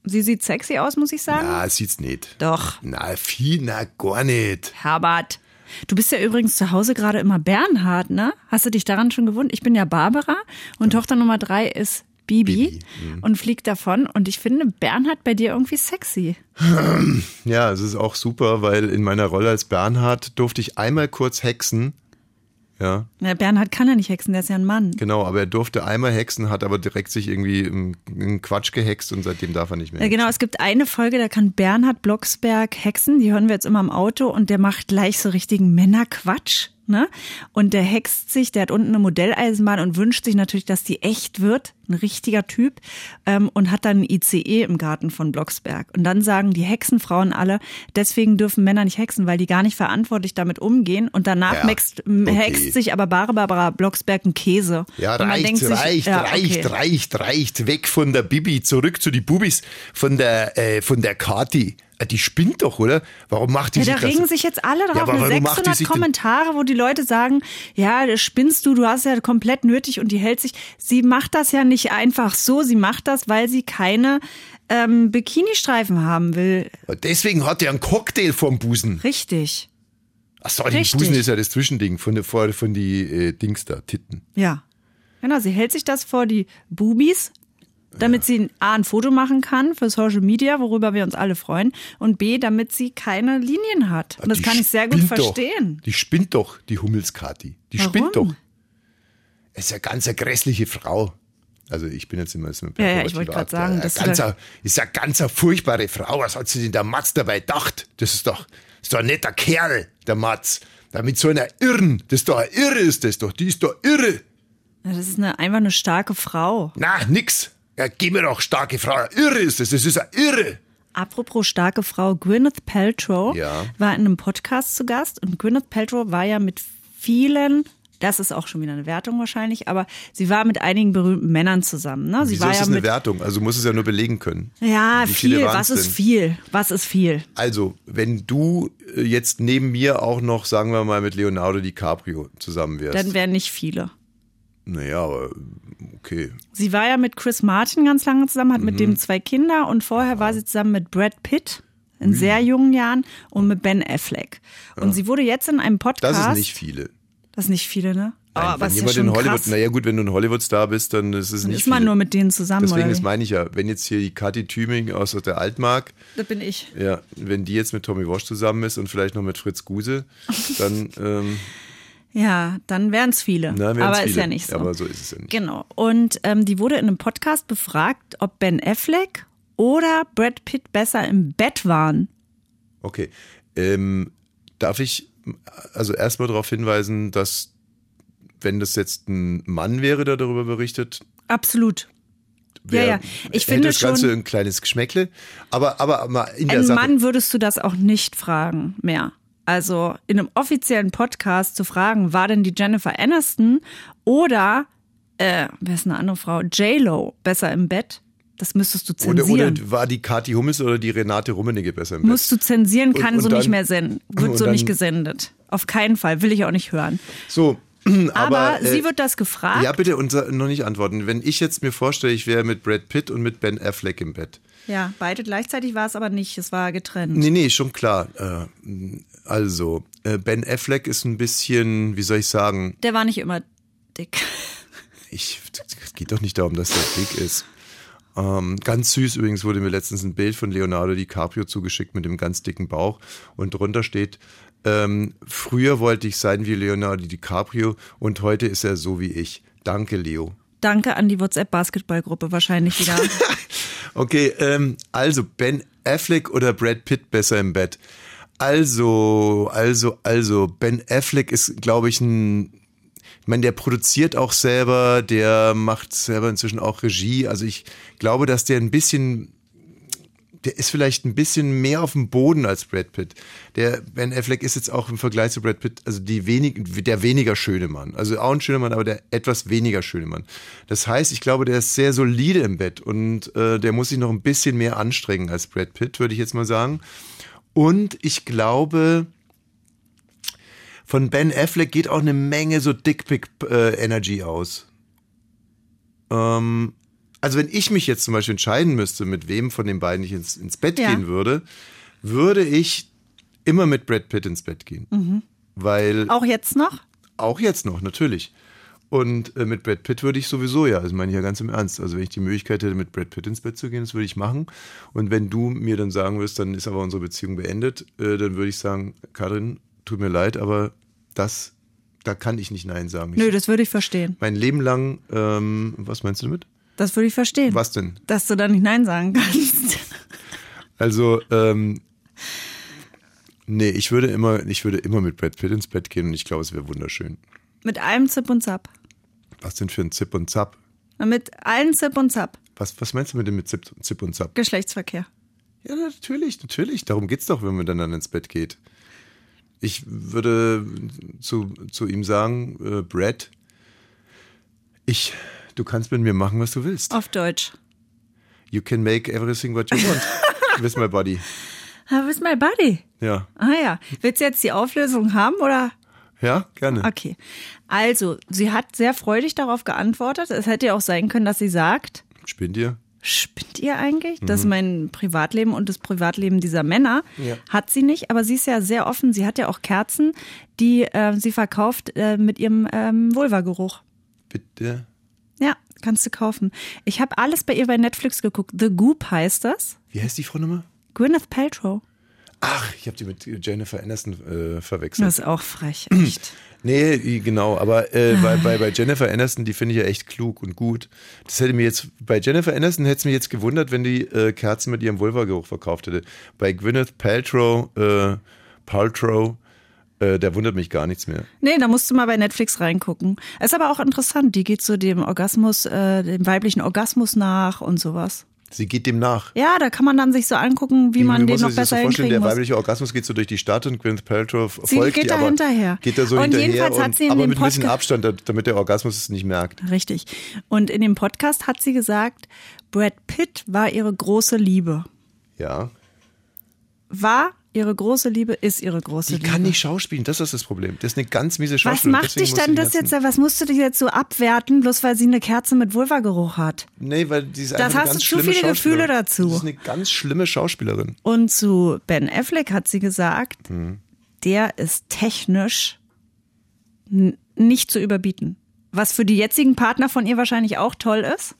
Speaker 7: sie sieht sexy aus, muss ich sagen.
Speaker 6: Na, sieht's nicht.
Speaker 7: Doch,
Speaker 6: Na, viel, na, gar nicht.
Speaker 7: Herbert. Du bist ja übrigens zu Hause gerade immer Bernhard, ne? Hast du dich daran schon gewöhnt? Ich bin ja Barbara und Tochter Nummer drei ist Bibi, und fliegt davon. Und ich finde Bernhard bei dir irgendwie sexy.
Speaker 6: Ja, es ist auch super, weil in meiner Rolle als Bernhard durfte ich einmal kurz hexen. Ja,
Speaker 7: Na, Bernhard kann ja nicht hexen, der ist ja ein Mann.
Speaker 6: genau, aber er durfte einmal hexen, hat aber direkt sich irgendwie in, in Quatsch gehext und seitdem darf er nicht mehr.
Speaker 7: Ja, genau, es gibt eine Folge, da kann Bernhard Blocksberg hexen, die hören wir jetzt immer im Auto und der macht gleich so richtigen Männerquatsch. Ne? Und der hext sich, der hat unten eine Modelleisenbahn und wünscht sich natürlich, dass die echt wird, ein richtiger Typ, ähm, und hat dann ein ICE im Garten von Blocksberg. Und dann sagen die Hexenfrauen alle, deswegen dürfen Männer nicht hexen, weil die gar nicht verantwortlich damit umgehen. Und danach
Speaker 6: Ja,
Speaker 7: mext, m-
Speaker 6: okay.
Speaker 7: hext sich aber Barbara Blocksberg einen Käse.
Speaker 6: Ja,
Speaker 7: Und man
Speaker 6: reicht,
Speaker 7: denkt sich,
Speaker 6: reicht,
Speaker 7: ja,
Speaker 6: reicht,
Speaker 7: okay.
Speaker 6: reicht, reicht. Weg von der Bibi, zurück zu die Bubis, von der, äh, von der Kati. Die spinnt doch, oder? Warum macht die
Speaker 7: Ja,
Speaker 6: sich
Speaker 7: da
Speaker 6: das?
Speaker 7: regen sich jetzt alle drauf.
Speaker 6: aber
Speaker 7: Eine
Speaker 6: warum macht die
Speaker 7: 600
Speaker 6: sich denn-
Speaker 7: Kommentare, wo die Leute sagen, ja, das spinnst du, du hast ja komplett nötig und die hält sich. Sie macht das ja nicht einfach so, sie macht das, weil sie keine ähm, Bikini-Streifen haben will.
Speaker 6: Oh, Deswegen hat er einen Cocktail vorm Busen.
Speaker 7: Richtig.
Speaker 6: Ach so, die
Speaker 7: Richtig.
Speaker 6: Busen ist ja das Zwischending von, der- vor- von die äh, Dings da, Titten.
Speaker 7: Ja. Genau, sie hält sich das vor die Bubis, damit sie A, ein Foto machen kann für Social Media, worüber wir uns alle freuen, und B, damit sie keine Linien hat. Und das
Speaker 6: Die
Speaker 7: kann ich sehr gut
Speaker 6: spinnt
Speaker 7: verstehen.
Speaker 6: Doch. Die spinnt doch, die Hummelskati. Die spinnt
Speaker 7: Warum?
Speaker 6: doch. Ist ja ganz eine grässliche Frau. Also ich bin jetzt immer so
Speaker 7: Ja, ja, ich wollte gerade sagen, dass du
Speaker 6: äh, ganz
Speaker 7: da-
Speaker 6: eine- ist eine ganz eine furchtbare Frau. Was hat sie denn der Matz dabei gedacht? Das ist doch, ist doch ein netter Kerl, der Matz. Da mit so einer Irren, das ist doch eine Irre ist das doch, die ist doch irre.
Speaker 7: Ja, Das ist eine, einfach eine starke Frau.
Speaker 6: Na, nix. Ja, gib mir doch starke Frau. Irre ist das, das ist eine Irre.
Speaker 7: Apropos starke Frau, Gwyneth Paltrow
Speaker 6: Ja.
Speaker 7: war in einem Podcast zu Gast und Gwyneth Paltrow war ja mit vielen, das ist auch schon wieder eine Wertung wahrscheinlich, aber sie war mit einigen berühmten Männern zusammen. Ne? Sie
Speaker 6: Wieso
Speaker 7: war
Speaker 6: ist
Speaker 7: ja
Speaker 6: das eine
Speaker 7: mit
Speaker 6: Wertung? Also muss es ja nur belegen können.
Speaker 7: ja
Speaker 6: Wie viele
Speaker 7: viel.
Speaker 6: waren's
Speaker 7: Was ist
Speaker 6: denn?
Speaker 7: viel? Was ist viel?
Speaker 6: Also, wenn du äh, jetzt neben mir auch noch, sagen wir mal, mit Leonardo DiCaprio zusammen wärst.
Speaker 7: Dann wären nicht viele.
Speaker 6: naja, aber mm, okay.
Speaker 7: Sie war ja mit Chris Martin ganz lange zusammen, hat
Speaker 6: Mhm.
Speaker 7: mit dem zwei Kinder und vorher war sie zusammen mit Brad Pitt in sehr jungen Jahren und mit Ben Affleck. Und sie wurde jetzt in einem Podcast.
Speaker 6: Das ist nicht viele.
Speaker 7: Das ist nicht viele, ne? Oh,
Speaker 6: Nein,
Speaker 7: aber
Speaker 6: wenn
Speaker 7: es ist ja
Speaker 6: jemand
Speaker 7: schon
Speaker 6: in Hollywood,
Speaker 7: krass.
Speaker 6: naja gut, wenn du ein Hollywood-Star bist, dann ist es
Speaker 7: Dann
Speaker 6: nicht
Speaker 7: ist man
Speaker 6: viele.
Speaker 7: nur mit denen zusammen,
Speaker 6: Deswegen,
Speaker 7: oder?
Speaker 6: das
Speaker 7: wie?
Speaker 6: meine ich ja. Wenn jetzt hier die Kathi Thüming aus der Altmark,
Speaker 7: das bin ich.
Speaker 6: ja, wenn die jetzt mit Tommy Walsh zusammen ist und vielleicht noch mit Fritz Guse, dann, ähm,
Speaker 7: Ja, dann wären es viele.
Speaker 6: na, wären's
Speaker 7: aber
Speaker 6: viele.
Speaker 7: ist ja nicht so.
Speaker 6: Aber so ist es ja nicht.
Speaker 7: Genau. Und ähm, die wurde in einem Podcast befragt, ob Ben Affleck oder Brad Pitt besser im Bett waren.
Speaker 6: Okay. Ähm, darf ich also erstmal darauf hinweisen, dass wenn das jetzt ein Mann wäre, der darüber berichtet,
Speaker 7: Absolut.
Speaker 6: wäre
Speaker 7: ja. Ich
Speaker 6: hätte
Speaker 7: finde
Speaker 6: das Ganze
Speaker 7: schon-
Speaker 6: ein kleines Geschmäckle. Aber, aber mal in der
Speaker 7: Ein
Speaker 6: Sache.
Speaker 7: Mann würdest du das auch nicht fragen mehr. Also in einem offiziellen Podcast zu fragen, war denn die Jennifer Aniston oder, äh, wer ist eine andere Frau, J-Lo besser im Bett? Das müsstest du
Speaker 6: oder,
Speaker 7: zensieren.
Speaker 6: oder war die Kathi Hummels oder die Renate Rummenigge besser im Bett?
Speaker 7: Musst du zensieren,
Speaker 6: Und-
Speaker 7: kann
Speaker 6: und
Speaker 7: so
Speaker 6: dann-
Speaker 7: nicht mehr senden. Wird
Speaker 6: und
Speaker 7: so
Speaker 6: dann-
Speaker 7: nicht gesendet. Auf keinen Fall, will ich auch nicht hören.
Speaker 6: So, aber,
Speaker 7: Aber,
Speaker 6: äh,
Speaker 7: sie wird das gefragt.
Speaker 6: Ja, bitte und sa- noch nicht antworten. Wenn ich jetzt mir vorstelle, ich wäre mit Brad Pitt und mit Ben Affleck im Bett.
Speaker 7: Ja, beide gleichzeitig war es aber nicht. Es war getrennt.
Speaker 6: Nee, nee, schon klar. Äh, also, äh, Ben Affleck ist ein bisschen, wie soll ich sagen,
Speaker 7: Der war nicht immer dick.
Speaker 6: Ich, es geht doch nicht darum, dass der dick ist. Ähm, ganz süß übrigens wurde mir letztens ein Bild von Leonardo DiCaprio zugeschickt mit dem ganz dicken Bauch und drunter steht, ähm, früher wollte ich sein wie Leonardo DiCaprio und heute ist er so wie ich. Danke, Leo.
Speaker 7: Danke an die WhatsApp-Basketballgruppe wahrscheinlich wieder.
Speaker 6: Okay, ähm, also Ben Affleck oder Brad Pitt besser im Bett? Also, also, also, Ben Affleck ist, glaube ich, ein. Ich meine, der produziert auch selber, der macht selber inzwischen auch Regie. Also ich glaube, dass der ein bisschen. Der ist vielleicht ein bisschen mehr auf dem Boden als Brad Pitt. Der Ben Affleck ist jetzt auch im Vergleich zu Brad Pitt, also die wenig, der weniger schöne Mann. Also auch ein schöner Mann, aber der etwas weniger schöne Mann. Das heißt, ich glaube, der ist sehr solide im Bett und äh, der muss sich noch ein bisschen mehr anstrengen als Brad Pitt, würde ich jetzt mal sagen. Und ich glaube, von Ben Affleck geht auch eine Menge so Dickpick-Energy aus. Ähm, also wenn ich mich jetzt zum Beispiel entscheiden müsste, mit wem von den beiden ich ins, ins Bett
Speaker 7: Ja.
Speaker 6: gehen würde, würde ich immer mit Brad Pitt ins Bett gehen. Weil
Speaker 7: Mhm. auch jetzt noch?
Speaker 6: auch jetzt noch, natürlich. Und äh, mit Brad Pitt würde ich sowieso ja, also meine ich ja ganz im Ernst. Also wenn ich die Möglichkeit hätte, mit Brad Pitt ins Bett zu gehen, das würde ich machen. Und wenn du mir dann sagen wirst, dann ist aber unsere Beziehung beendet, äh, dann würde ich sagen, Karin, tut mir leid, aber das, da kann ich nicht Nein sagen. Ich,
Speaker 7: Nö, das würde ich verstehen.
Speaker 6: Mein Leben lang, ähm, was meinst du damit?
Speaker 7: Das würde ich verstehen.
Speaker 6: Was denn?
Speaker 7: Dass du da nicht Nein sagen kannst.
Speaker 6: Also, ähm, nee, ich würde immer, ich würde immer mit Brad Pitt ins Bett gehen und ich glaube, es wäre wunderschön.
Speaker 7: Mit allem Zip und Zap.
Speaker 6: Was denn für ein Zip und Zap?
Speaker 7: Mit allen Zip und Zap.
Speaker 6: Was, was meinst du mit dem mit Zip, Zip und Zap?
Speaker 7: Geschlechtsverkehr.
Speaker 6: Ja, natürlich, natürlich. Darum geht's doch, wenn man miteinander ins Bett geht. Ich würde zu, zu ihm sagen, äh, Brad, ich, du kannst mit mir machen, was du
Speaker 7: Oh.
Speaker 6: willst.
Speaker 7: Auf Deutsch.
Speaker 6: You can make everything what you want with my body.
Speaker 7: How is my body?
Speaker 6: Ja.
Speaker 7: Ah ja. Willst du jetzt die Auflösung haben oder?
Speaker 6: Ja, gerne.
Speaker 7: Okay. Also, sie hat sehr freudig darauf geantwortet. Es hätte ja auch sein können, dass sie sagt,
Speaker 6: Spinnt ihr?
Speaker 7: spinnt ihr eigentlich? Das ist mein Privatleben und das Privatleben dieser Männer hat sie nicht, aber sie ist ja sehr offen. Sie hat ja auch Kerzen, die äh, sie verkauft äh, mit ihrem ähm, Vulva-Geruch.
Speaker 6: Bitte?
Speaker 7: Ja, kannst du kaufen. Ich habe alles bei ihr bei Netflix geguckt. The Goop heißt das.
Speaker 6: Wie heißt die Frau nochmal?
Speaker 7: Gwyneth Paltrow.
Speaker 6: Ach, ich habe die mit Jennifer Aniston äh, verwechselt.
Speaker 7: Das ist auch frech, echt.
Speaker 6: Nee, genau, aber äh, bei, bei, bei Jennifer Aniston, die finde ich ja echt klug und gut. Das hätte mir jetzt, bei Jennifer Aniston hätte es mir jetzt gewundert, wenn die äh, Kerzen mit ihrem Vulva-Geruch verkauft hätte. Bei Gwyneth Paltrow, äh, Paltrow, äh, da wundert mich gar nichts mehr.
Speaker 7: Nee, da musst du mal bei Netflix reingucken. Ist aber auch interessant. Die geht so dem Orgasmus, äh, dem weiblichen Orgasmus nach und sowas.
Speaker 6: Sie geht dem nach.
Speaker 7: Ja, da kann man dann sich so angucken, wie man den
Speaker 6: muss
Speaker 7: noch
Speaker 6: sich das
Speaker 7: besser
Speaker 6: so vorstellen, der
Speaker 7: hinkriegen muss.
Speaker 6: weibliche Orgasmus geht so durch die Stadt und Gwyneth Paltrow
Speaker 7: Sie
Speaker 6: folgt
Speaker 7: geht
Speaker 6: die,
Speaker 7: da
Speaker 6: aber
Speaker 7: hinterher.
Speaker 6: geht da so
Speaker 7: Und
Speaker 6: hinterher
Speaker 7: jedenfalls
Speaker 6: und,
Speaker 7: hat sie in
Speaker 6: aber
Speaker 7: dem
Speaker 6: mit ein bisschen
Speaker 7: Podcast-
Speaker 6: Abstand, da- damit der Orgasmus es nicht merkt.
Speaker 7: Richtig. Und in dem Podcast hat sie gesagt, Brad Pitt war ihre große Liebe.
Speaker 6: Ja.
Speaker 7: War ihre große Liebe, ist ihre große
Speaker 6: Die
Speaker 7: Liebe.
Speaker 6: kann nicht schauspielen, das ist das Problem. Das ist eine ganz miese
Speaker 7: was
Speaker 6: Schauspielerin.
Speaker 7: macht
Speaker 6: deswegen
Speaker 7: dich
Speaker 6: muss
Speaker 7: dann
Speaker 6: sie
Speaker 7: das
Speaker 6: die
Speaker 7: jetzt, was musst du dich jetzt so abwerten, bloß weil sie eine Kerze mit Vulva-Geruch hat?
Speaker 6: Nee, weil die ist
Speaker 7: Das
Speaker 6: einfach eine
Speaker 7: hast du
Speaker 6: ganz
Speaker 7: zu
Speaker 6: schlimme
Speaker 7: viele Gefühle
Speaker 6: Schauspielerin.
Speaker 7: dazu.
Speaker 6: Das ist eine ganz schlimme Schauspielerin.
Speaker 7: Und zu Ben Affleck hat sie gesagt,
Speaker 6: Mhm.
Speaker 7: der ist technisch n- nicht zu überbieten. Was für die jetzigen Partner von ihr wahrscheinlich auch toll ist.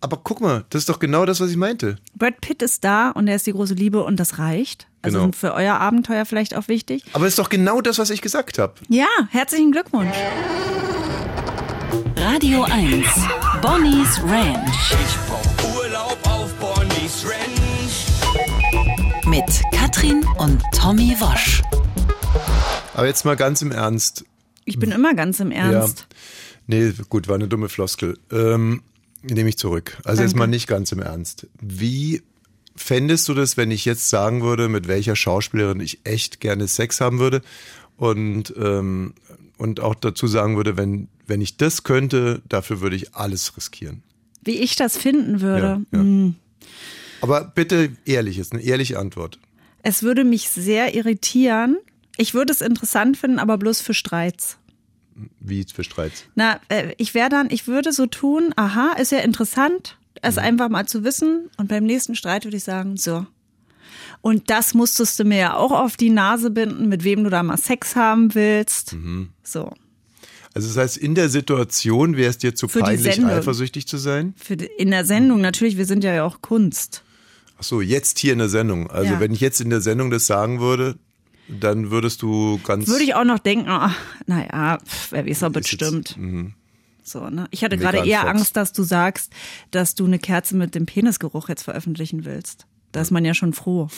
Speaker 6: Aber guck mal, das ist doch genau das, was ich meinte.
Speaker 7: Brad Pitt ist da und er ist die große Liebe und das reicht. Also
Speaker 6: Genau.
Speaker 7: für euer Abenteuer vielleicht auch wichtig.
Speaker 6: Aber es ist doch genau das, was ich gesagt habe.
Speaker 7: Ja, herzlichen Glückwunsch.
Speaker 3: Radio 1. Bonnie's Ranch
Speaker 4: Ich brauch Urlaub auf Bonnie's Ranch.
Speaker 3: mit Katrin und Tommy Wosch.
Speaker 6: Aber jetzt mal ganz im Ernst.
Speaker 7: Ich bin immer ganz im Ernst.
Speaker 6: Nee, gut, war eine dumme Floskel. Ähm, Nehme ich zurück. Also jetzt mal nicht ganz im Ernst. Wie fändest du das, wenn ich jetzt sagen würde, mit welcher Schauspielerin ich echt gerne Sex haben würde? Und, ähm, und auch dazu sagen würde, wenn, wenn ich das könnte, dafür würde ich alles riskieren.
Speaker 7: Wie ich das finden würde.
Speaker 6: Ja, ja.
Speaker 7: Hm.
Speaker 6: Aber bitte ehrlich, ist eine ehrliche Antwort.
Speaker 7: Es würde mich sehr irritieren. Ich würde es interessant finden, aber bloß für Streits.
Speaker 6: Wie für Streits.
Speaker 7: Na, äh, ich wäre dann, ich würde so tun, aha, ist ja interessant, es
Speaker 6: Mhm.
Speaker 7: einfach mal zu wissen. Und beim nächsten Streit würde ich sagen, so. Und das musstest du mir ja auch auf die Nase binden, mit wem du da mal Sex haben willst.
Speaker 6: Mhm.
Speaker 7: So.
Speaker 6: Also das heißt, in der Situation wäre es dir zu
Speaker 7: Für die
Speaker 6: peinlich,
Speaker 7: Sendung.
Speaker 6: eifersüchtig zu sein?
Speaker 7: Für, die- in der
Speaker 6: Mhm.
Speaker 7: Sendung, natürlich, wir sind ja auch Kunst.
Speaker 6: Ach so, jetzt hier in der Sendung. Also
Speaker 7: Ja.
Speaker 6: wenn ich jetzt in der Sendung das sagen würde, dann würdest du ganz...
Speaker 7: Würde ich auch noch denken, ach, naja, pf, wer weiß, ob es
Speaker 6: Ist jetzt-
Speaker 7: stimmt.
Speaker 6: mhm. Hm,
Speaker 7: So, ne? Ich hatte
Speaker 6: Mega
Speaker 7: gerade eher
Speaker 6: Antwort.
Speaker 7: Angst, dass du sagst, dass du eine Kerze mit dem Penisgeruch jetzt veröffentlichen willst. Da ist man ja schon froh.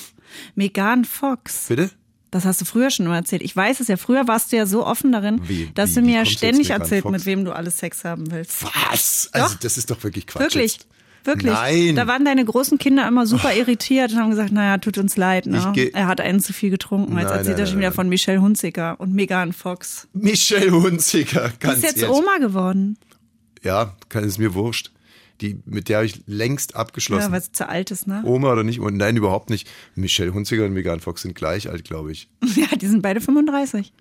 Speaker 7: Megan Fox.
Speaker 6: Bitte?
Speaker 7: Das hast du früher schon immer erzählt. Ich weiß es ja. Früher warst du ja so offen darin,
Speaker 6: Wie-
Speaker 7: dass
Speaker 6: wie-
Speaker 7: du
Speaker 6: wie
Speaker 7: mir ja
Speaker 6: kommst du jetzt
Speaker 7: ständig
Speaker 6: mit Megan
Speaker 7: erzählt,
Speaker 6: Fox?
Speaker 7: mit wem du alles Sex haben willst.
Speaker 6: Was? Also
Speaker 7: Doch.
Speaker 6: das ist doch wirklich Quatsch.
Speaker 7: Wirklich.
Speaker 6: jetzt.
Speaker 7: Wirklich.
Speaker 6: Nein.
Speaker 7: Da waren deine großen Kinder immer super irritiert und haben gesagt, naja, tut uns leid, ne?
Speaker 6: Ich geh-
Speaker 7: Er hat einen zu viel getrunken. Jetzt
Speaker 6: Nein,
Speaker 7: erzählt
Speaker 6: nein,
Speaker 7: er schon
Speaker 6: nein,
Speaker 7: wieder
Speaker 6: nein.
Speaker 7: von Michelle Hunziker und Megan Fox.
Speaker 6: Michelle Hunziker,
Speaker 7: Die
Speaker 6: ganz
Speaker 7: ist jetzt
Speaker 6: ehrlich.
Speaker 7: Oma geworden.
Speaker 6: Ja, kann ist mir wurscht. Die, mit der habe ich längst abgeschlossen.
Speaker 7: Ja, weil sie zu alt ist, ne?
Speaker 6: Oma oder nicht? Und nein, überhaupt nicht. Michelle Hunziker und Megan Fox sind gleich alt, glaube ich.
Speaker 7: Ja, die sind beide 35.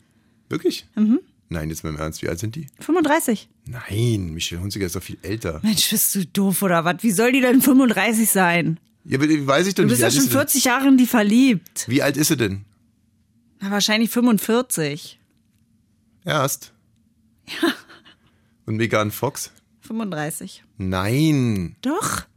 Speaker 6: Wirklich? Mhm. Nein, jetzt mal im Ernst, wie alt sind die?
Speaker 7: 35.
Speaker 6: Nein, Michelle Hunziker ist doch viel älter.
Speaker 7: Mensch, bist du doof oder was? Wie soll die denn 35 sein?
Speaker 6: Ja, aber die weiß ich doch
Speaker 7: Du
Speaker 6: nicht.
Speaker 7: bist
Speaker 6: wie
Speaker 7: ja
Speaker 6: alt
Speaker 7: schon
Speaker 6: ist sie denn?
Speaker 7: 40 Jahre in die verliebt.
Speaker 6: Wie alt ist sie denn?
Speaker 7: Na, wahrscheinlich 45.
Speaker 6: Erst. Ja. Und Megan Fox?
Speaker 7: 35.
Speaker 6: Nein.
Speaker 7: Doch.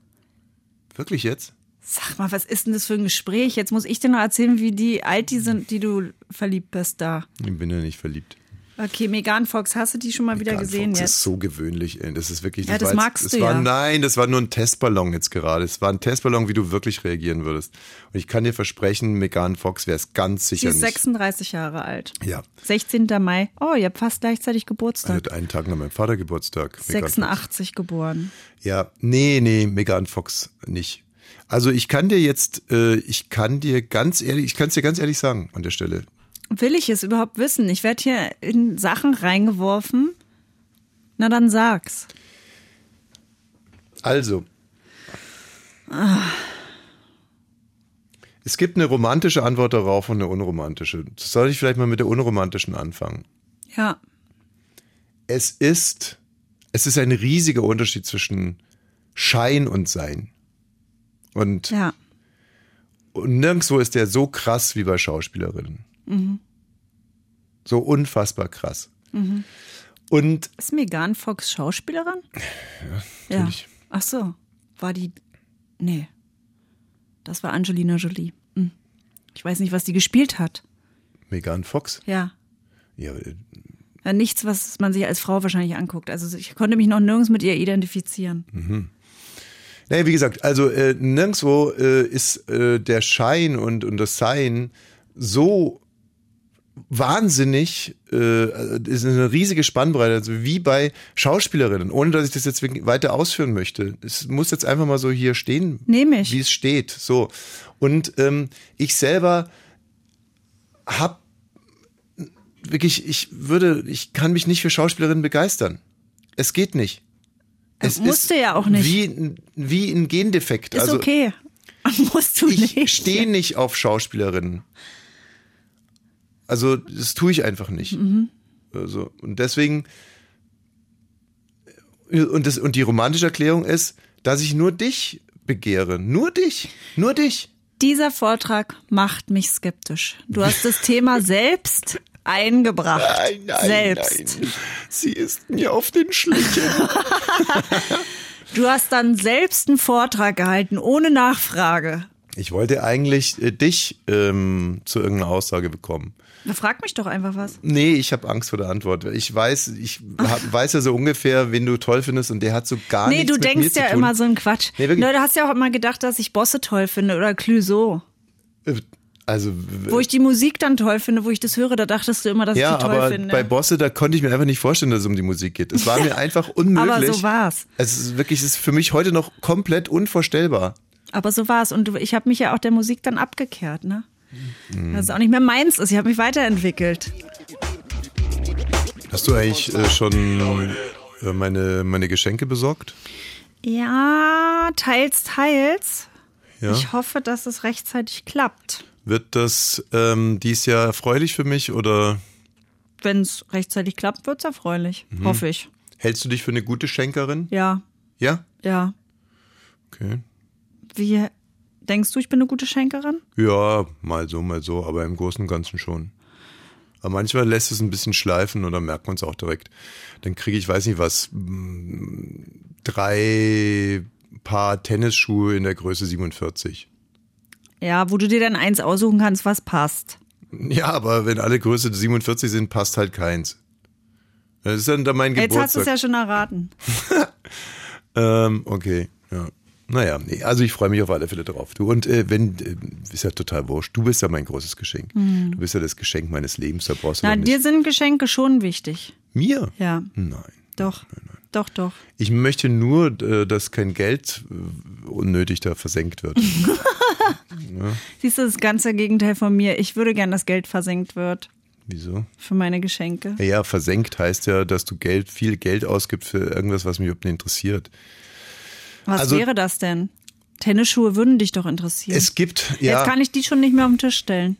Speaker 6: Wirklich jetzt?
Speaker 7: Sag mal, was ist denn das für ein Gespräch? Jetzt muss ich dir noch erzählen, wie die alt die sind, die du verliebt bist da.
Speaker 6: Ich bin ja nicht verliebt.
Speaker 7: Okay, Megan Fox, hast du die schon mal wieder
Speaker 6: Megan
Speaker 7: gesehen
Speaker 6: Fox
Speaker 7: jetzt?
Speaker 6: ist so gewöhnlich. ey. Das ist wirklich.
Speaker 7: Ja, das
Speaker 6: war jetzt-
Speaker 7: magst
Speaker 6: das
Speaker 7: du
Speaker 6: war,
Speaker 7: ja.
Speaker 6: Nein, das war nur ein Testballon jetzt gerade. Es war ein Testballon, wie du wirklich reagieren würdest. Und ich kann dir versprechen, Megan Fox wäre es ganz
Speaker 7: Sie
Speaker 6: sicher
Speaker 7: ist
Speaker 6: nicht.
Speaker 7: 36 Jahre alt.
Speaker 6: Ja.
Speaker 7: 16. Mai. Oh, ihr habt fast gleichzeitig
Speaker 6: Sie
Speaker 7: Geburtstag.
Speaker 6: hat einen Tag nach meinem Vater Geburtstag. Megan Also, Fox.
Speaker 7: 86 geboren.
Speaker 6: Ja, nee, nee, Megan Fox nicht. Also ich kann dir jetzt, äh, ich kann dir ganz ehrlich, ich kann es dir ganz ehrlich sagen an der Stelle.
Speaker 7: Will ich es überhaupt wissen? Ich werde hier in Sachen reingeworfen. Na dann sag's.
Speaker 6: Also. Es gibt eine romantische Antwort darauf und eine unromantische. Soll ich vielleicht mal mit der unromantischen anfangen?
Speaker 7: Ja.
Speaker 6: Es ist, es ist ein riesiger Unterschied zwischen Schein und Sein. Und
Speaker 7: Ja.
Speaker 6: Und nirgendwo ist der so krass wie bei Schauspielerinnen. So unfassbar krass. Und
Speaker 7: Ist Megan Fox Schauspielerin? Ja,
Speaker 6: natürlich.
Speaker 7: Ach so, war die. Nee. Das war Angelina Jolie. Hm. Ich weiß nicht, was die gespielt hat.
Speaker 6: Megan Fox,
Speaker 7: Ja.
Speaker 6: ja,
Speaker 7: Ja, Nichts, was man sich als Frau wahrscheinlich anguckt. Also ich konnte mich noch nirgends mit ihr identifizieren.
Speaker 6: Naja, wie gesagt, also äh, nirgendwo äh, ist äh, der Schein und, und das Sein so wahnsinnig, äh, also das ist eine riesige Spannbreite, also wie bei Schauspielerinnen, ohne dass ich das jetzt wirklich weiter ausführen möchte. Es muss jetzt einfach mal so hier stehen,
Speaker 7: Nehm ich.
Speaker 6: wie es steht. So. Und ähm, ich selber hab wirklich, ich würde, ich kann mich nicht für Schauspielerinnen begeistern. Es geht nicht. Es
Speaker 7: musste
Speaker 6: ist
Speaker 7: ja auch nicht.
Speaker 6: Wie, ein- wie ein Gendefekt.
Speaker 7: Ist
Speaker 6: also
Speaker 7: okay. Musst du
Speaker 6: ich
Speaker 7: nicht.
Speaker 6: stehe nicht auf Schauspielerinnen. Also das tue ich einfach nicht.
Speaker 7: Mhm.
Speaker 6: Also, und deswegen äh, und, das, und die romantische Erklärung ist, dass ich nur dich begehre. Nur dich. Nur dich.
Speaker 7: Dieser Vortrag macht mich skeptisch. Du hast das Thema selbst eingebracht. selbst.
Speaker 6: nein. Sie ist mir auf den Schlichen.
Speaker 7: Du hast dann selbst einen Vortrag gehalten, ohne Nachfrage.
Speaker 6: Ich wollte eigentlich äh, dich ähm, zu irgendeiner Aussage bekommen.
Speaker 7: Frag mich doch einfach was.
Speaker 6: Nee, ich habe Angst vor der Antwort. Ich weiß, ich hab, weiß ja so ungefähr, wen du toll findest und der hat so gar
Speaker 7: Nee,
Speaker 6: Ah, nichts
Speaker 7: du
Speaker 6: mit mir
Speaker 7: denkst
Speaker 6: zu
Speaker 7: ja
Speaker 6: tun.
Speaker 7: immer so einen Quatsch.
Speaker 6: Nee, wirklich.
Speaker 7: Na, du hast ja auch immer gedacht, dass ich Bosse toll finde oder Clüso.
Speaker 6: Äh, Also w-
Speaker 7: Wo ich die Musik dann toll finde, wo ich das höre, da dachtest du immer, dass
Speaker 6: ja,
Speaker 7: ich die toll
Speaker 6: aber
Speaker 7: finde.
Speaker 6: bei Bosse, da konnte ich mir einfach nicht vorstellen, dass es um die Musik geht. Es war mir einfach unmöglich.
Speaker 7: Aber so war's.
Speaker 6: Es ist wirklich, es ist für mich heute noch komplett unvorstellbar.
Speaker 7: aber so war's. Und du- ich habe mich ja auch der Musik dann abgekehrt, ne?
Speaker 6: Hm.
Speaker 7: Dass es auch nicht mehr meins ist. Ich habe mich weiterentwickelt.
Speaker 6: Hast du eigentlich äh, schon äh, meine, meine Geschenke besorgt?
Speaker 7: Ja, teils, teils.
Speaker 6: Ja.
Speaker 7: Ich hoffe, dass es rechtzeitig klappt.
Speaker 6: Wird das ähm, dies Jahr erfreulich für mich oder
Speaker 7: Wenn es rechtzeitig klappt, wird's erfreulich.
Speaker 6: Mhm.
Speaker 7: Hoffe ich.
Speaker 6: hältst du dich für eine gute Schenkerin?
Speaker 7: Ja,
Speaker 6: Ja?
Speaker 7: ja.
Speaker 6: Okay.
Speaker 7: Wie denkst du, ich bin eine gute Schenkerin?
Speaker 6: Ja, mal so, mal so, aber im Großen und Ganzen schon. Aber manchmal lässt es ein bisschen schleifen und dann merkt man es auch direkt. Dann kriege ich, weiß nicht was, mm, drei Paar Tennisschuhe in der Größe 47.
Speaker 7: Ja, wo du dir dann eins aussuchen kannst, was passt.
Speaker 6: Ja, aber wenn alle Größe 47 sind, passt halt keins. Das ist dann, dann mein
Speaker 7: Jetzt hast du
Speaker 6: Geburtstag.
Speaker 7: es ja schon erraten.
Speaker 6: Ähm, okay, ja. Naja, nee, also ich freue mich auf alle Fälle drauf. Du und äh, wenn, äh, ist ja total wurscht, du bist ja mein großes Geschenk. Du bist ja das Geschenk meines Lebens, da brauchst du
Speaker 7: Mhm. Na,
Speaker 6: doch
Speaker 7: dir
Speaker 6: nicht.
Speaker 7: sind Geschenke schon wichtig.
Speaker 6: Mir?
Speaker 7: Ja,
Speaker 6: Nein.
Speaker 7: doch. Doch, doch.
Speaker 6: Ich möchte nur, äh, dass kein Geld äh, unnötig da versenkt wird.
Speaker 7: Mhm. Siehst du, das ganze Gegenteil von mir. Ich würde gern, dass Geld versenkt wird
Speaker 6: Wieso?
Speaker 7: für meine Geschenke.
Speaker 6: Ja, Ja, versenkt heißt ja, dass du Geld, viel Geld ausgibst für irgendwas, was mich überhaupt nicht interessiert.
Speaker 7: Was
Speaker 6: also-
Speaker 7: wäre das denn? Tennisschuhe würden dich doch interessieren.
Speaker 6: Es gibt, ja,
Speaker 7: Jetzt kann ich die schon nicht mehr auf den Tisch stellen.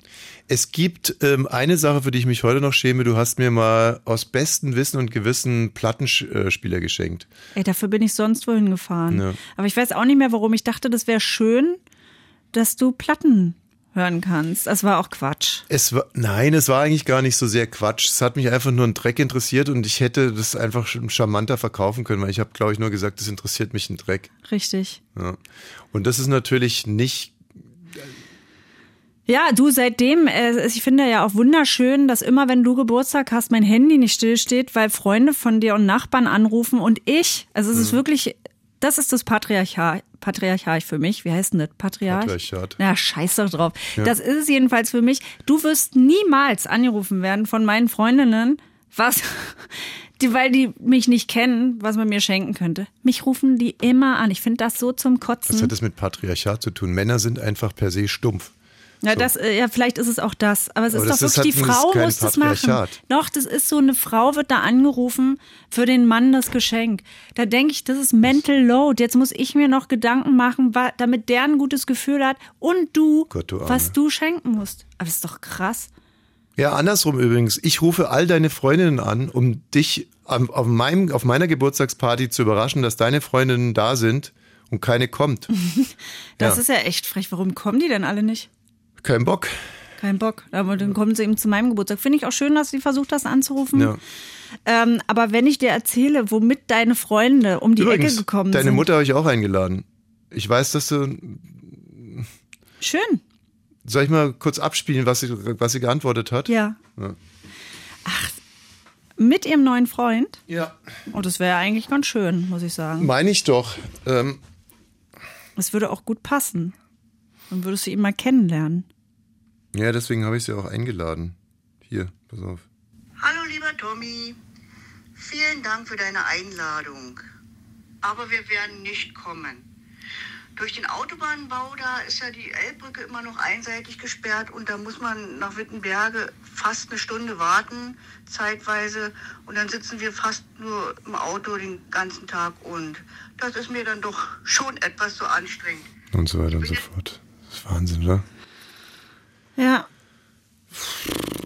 Speaker 6: es gibt ähm, eine Sache, für die ich mich heute noch schäme. Du hast mir mal aus bestem Wissen und Gewissen Plattenspieler geschenkt.
Speaker 7: Ey, dafür bin ich sonst wohin gefahren.
Speaker 6: Ja.
Speaker 7: Aber ich weiß auch nicht mehr, warum. Ich dachte, das wäre schön, dass du Platten hören kannst. Das war auch Quatsch.
Speaker 6: Es war, nein, es war eigentlich gar nicht so sehr Quatsch. Es hat mich einfach nur ein Dreck interessiert und ich hätte das einfach sch- charmanter verkaufen können, weil ich habe, glaube ich, nur gesagt, das interessiert mich ein Dreck.
Speaker 7: Richtig.
Speaker 6: Ja. Und das ist natürlich nicht.
Speaker 7: Ja, du, seitdem, äh, ich finde ja auch wunderschön, dass immer, wenn du Geburtstag hast, mein Handy nicht stillsteht, weil Freunde von dir und Nachbarn anrufen und ich, also es ist wirklich, das ist das Patriarchat, Patriarchat für mich. Wie heißt denn das? Patriarch?
Speaker 6: Patriarchat.
Speaker 7: Na, scheiß doch drauf. Das ist es jedenfalls für mich. Du wirst niemals angerufen werden von meinen Freundinnen, was, die, weil die mich nicht kennen, was man mir schenken könnte. Mich rufen die immer an. Ich finde das so zum Kotzen.
Speaker 6: Was hat das mit Patriarchat zu tun? Männer sind einfach per se stumpf.
Speaker 7: Ja, das, äh, ja, vielleicht ist es auch das. Aber es
Speaker 6: Aber
Speaker 7: ist
Speaker 6: das
Speaker 7: doch
Speaker 6: ist-
Speaker 7: wirklich,
Speaker 6: hat-
Speaker 7: die
Speaker 6: das ist
Speaker 7: Frau
Speaker 6: kein
Speaker 7: muss das machen.
Speaker 6: Patriarchat.
Speaker 7: Doch, das ist so, eine Frau wird da angerufen für den Mann das Geschenk. Da denke ich, das ist mental load. Jetzt muss ich mir noch Gedanken machen, wa- damit der ein gutes Gefühl hat und du,
Speaker 6: Gott, du Arme.
Speaker 7: was du schenken musst. Aber das ist doch krass.
Speaker 6: Ja, andersrum übrigens. Ich rufe all deine Freundinnen an, um dich am, auf, meinem, auf meiner Geburtstagsparty zu überraschen, dass deine Freundinnen da sind und keine kommt.
Speaker 7: Das
Speaker 6: Ja.
Speaker 7: ist ja echt frech. Warum kommen die denn alle nicht?
Speaker 6: Kein Bock.
Speaker 7: Kein Bock. Aber dann kommen sie eben zu meinem Geburtstag. Finde ich auch schön, dass sie versucht hast anzurufen.
Speaker 6: Ja.
Speaker 7: Ähm, aber wenn ich dir erzähle, womit deine Freunde um die
Speaker 6: Übrigens,
Speaker 7: Ecke gekommen
Speaker 6: deine
Speaker 7: sind.
Speaker 6: Mutter habe ich auch eingeladen. Ich weiß, dass du.
Speaker 7: Schön.
Speaker 6: Soll ich mal kurz abspielen, was sie, was sie geantwortet hat?
Speaker 7: Ja. Ach, mit ihrem neuen Freund.
Speaker 6: Ja.
Speaker 7: Oh, das wäre ja eigentlich ganz schön, muss ich sagen.
Speaker 6: Meine ich doch. Ähm,
Speaker 7: Das würde auch gut passen. Dann würdest du ihn mal kennenlernen.
Speaker 6: ja, deswegen habe ich sie auch eingeladen. Hier, pass auf.
Speaker 8: Hallo lieber Tommy, vielen Dank für deine Einladung. Aber wir werden nicht kommen. Durch den Autobahnbau, da ist ja die Elbbrücke immer noch einseitig gesperrt und da muss man nach Wittenberge fast eine Stunde warten, zeitweise. Und dann sitzen wir fast nur im Auto den ganzen Tag und das ist mir dann doch schon etwas so anstrengend.
Speaker 6: Und so weiter und so fort. Das ist Wahnsinn, oder?
Speaker 7: Ja.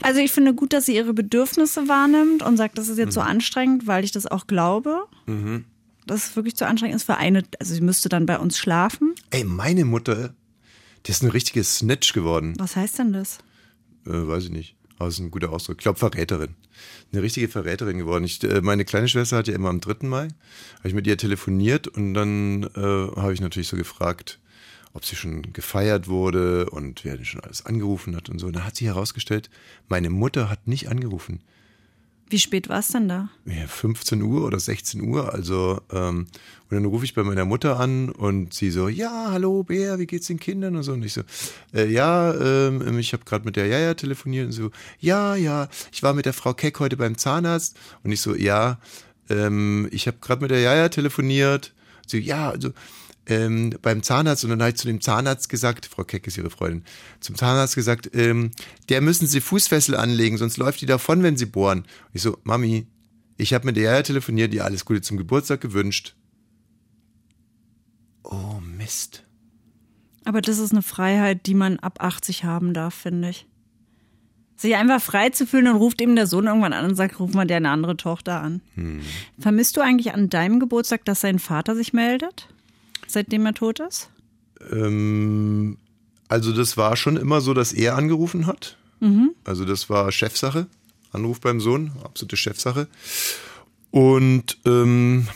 Speaker 7: Also ich finde gut, dass sie ihre Bedürfnisse wahrnimmt und sagt, das ist jetzt so anstrengend, weil ich das auch glaube. Dass es wirklich zu anstrengend ist für eine, also sie müsste dann bei uns schlafen.
Speaker 6: Ey, meine Mutter, die ist eine richtige Snitch geworden.
Speaker 7: Was heißt denn das?
Speaker 6: äh, weiß ich nicht. Aber ist ein guter Ausdruck. Ich glaube, Verräterin. Eine richtige Verräterin geworden. Ich, äh, meine kleine Schwester hat ja immer am 3. Mai, habe ich mit ihr telefoniert und dann äh, habe ich natürlich so gefragt, ob sie schon gefeiert wurde und wer denn schon alles angerufen hat und so. Und da hat sie herausgestellt, meine Mutter hat nicht angerufen.
Speaker 7: Wie spät war es denn da?
Speaker 6: Ja, 15 Uhr oder 16 Uhr, also ähm, und dann rufe ich bei meiner Mutter an und sie so, ja, hallo Bär, wie geht's den Kindern und so und ich so, äh, ja, ähm, ich habe gerade mit der Jaja telefoniert und so, ja, ja, ich war mit der Frau Keck heute beim Zahnarzt und ich so, ja, ähm, ich habe gerade mit der Jaja telefoniert, so, ja, also ähm, beim Zahnarzt und dann habe ich zu dem Zahnarzt gesagt, Frau Keck ist ihre Freundin, zum Zahnarzt gesagt, ähm, der müssen Sie Fußfessel anlegen, sonst läuft die davon, wenn Sie bohren. Und ich so, Mami, ich habe mit der Jaja telefoniert, ihr alles Gute zum Geburtstag gewünscht. Oh Mist.
Speaker 7: Aber das ist eine Freiheit, die man ab 80 haben darf, finde ich. Sich einfach frei zu fühlen und ruft eben der Sohn irgendwann an und sagt, ruf mal deine andere Tochter an.
Speaker 6: Hm.
Speaker 7: Vermisst du eigentlich an deinem Geburtstag, dass sein Vater sich meldet, seitdem er tot ist?
Speaker 6: Ähm, also das war schon immer so, dass er angerufen hat. Also das war Chefsache. Anruf beim Sohn, absolute Chefsache. Und ähm,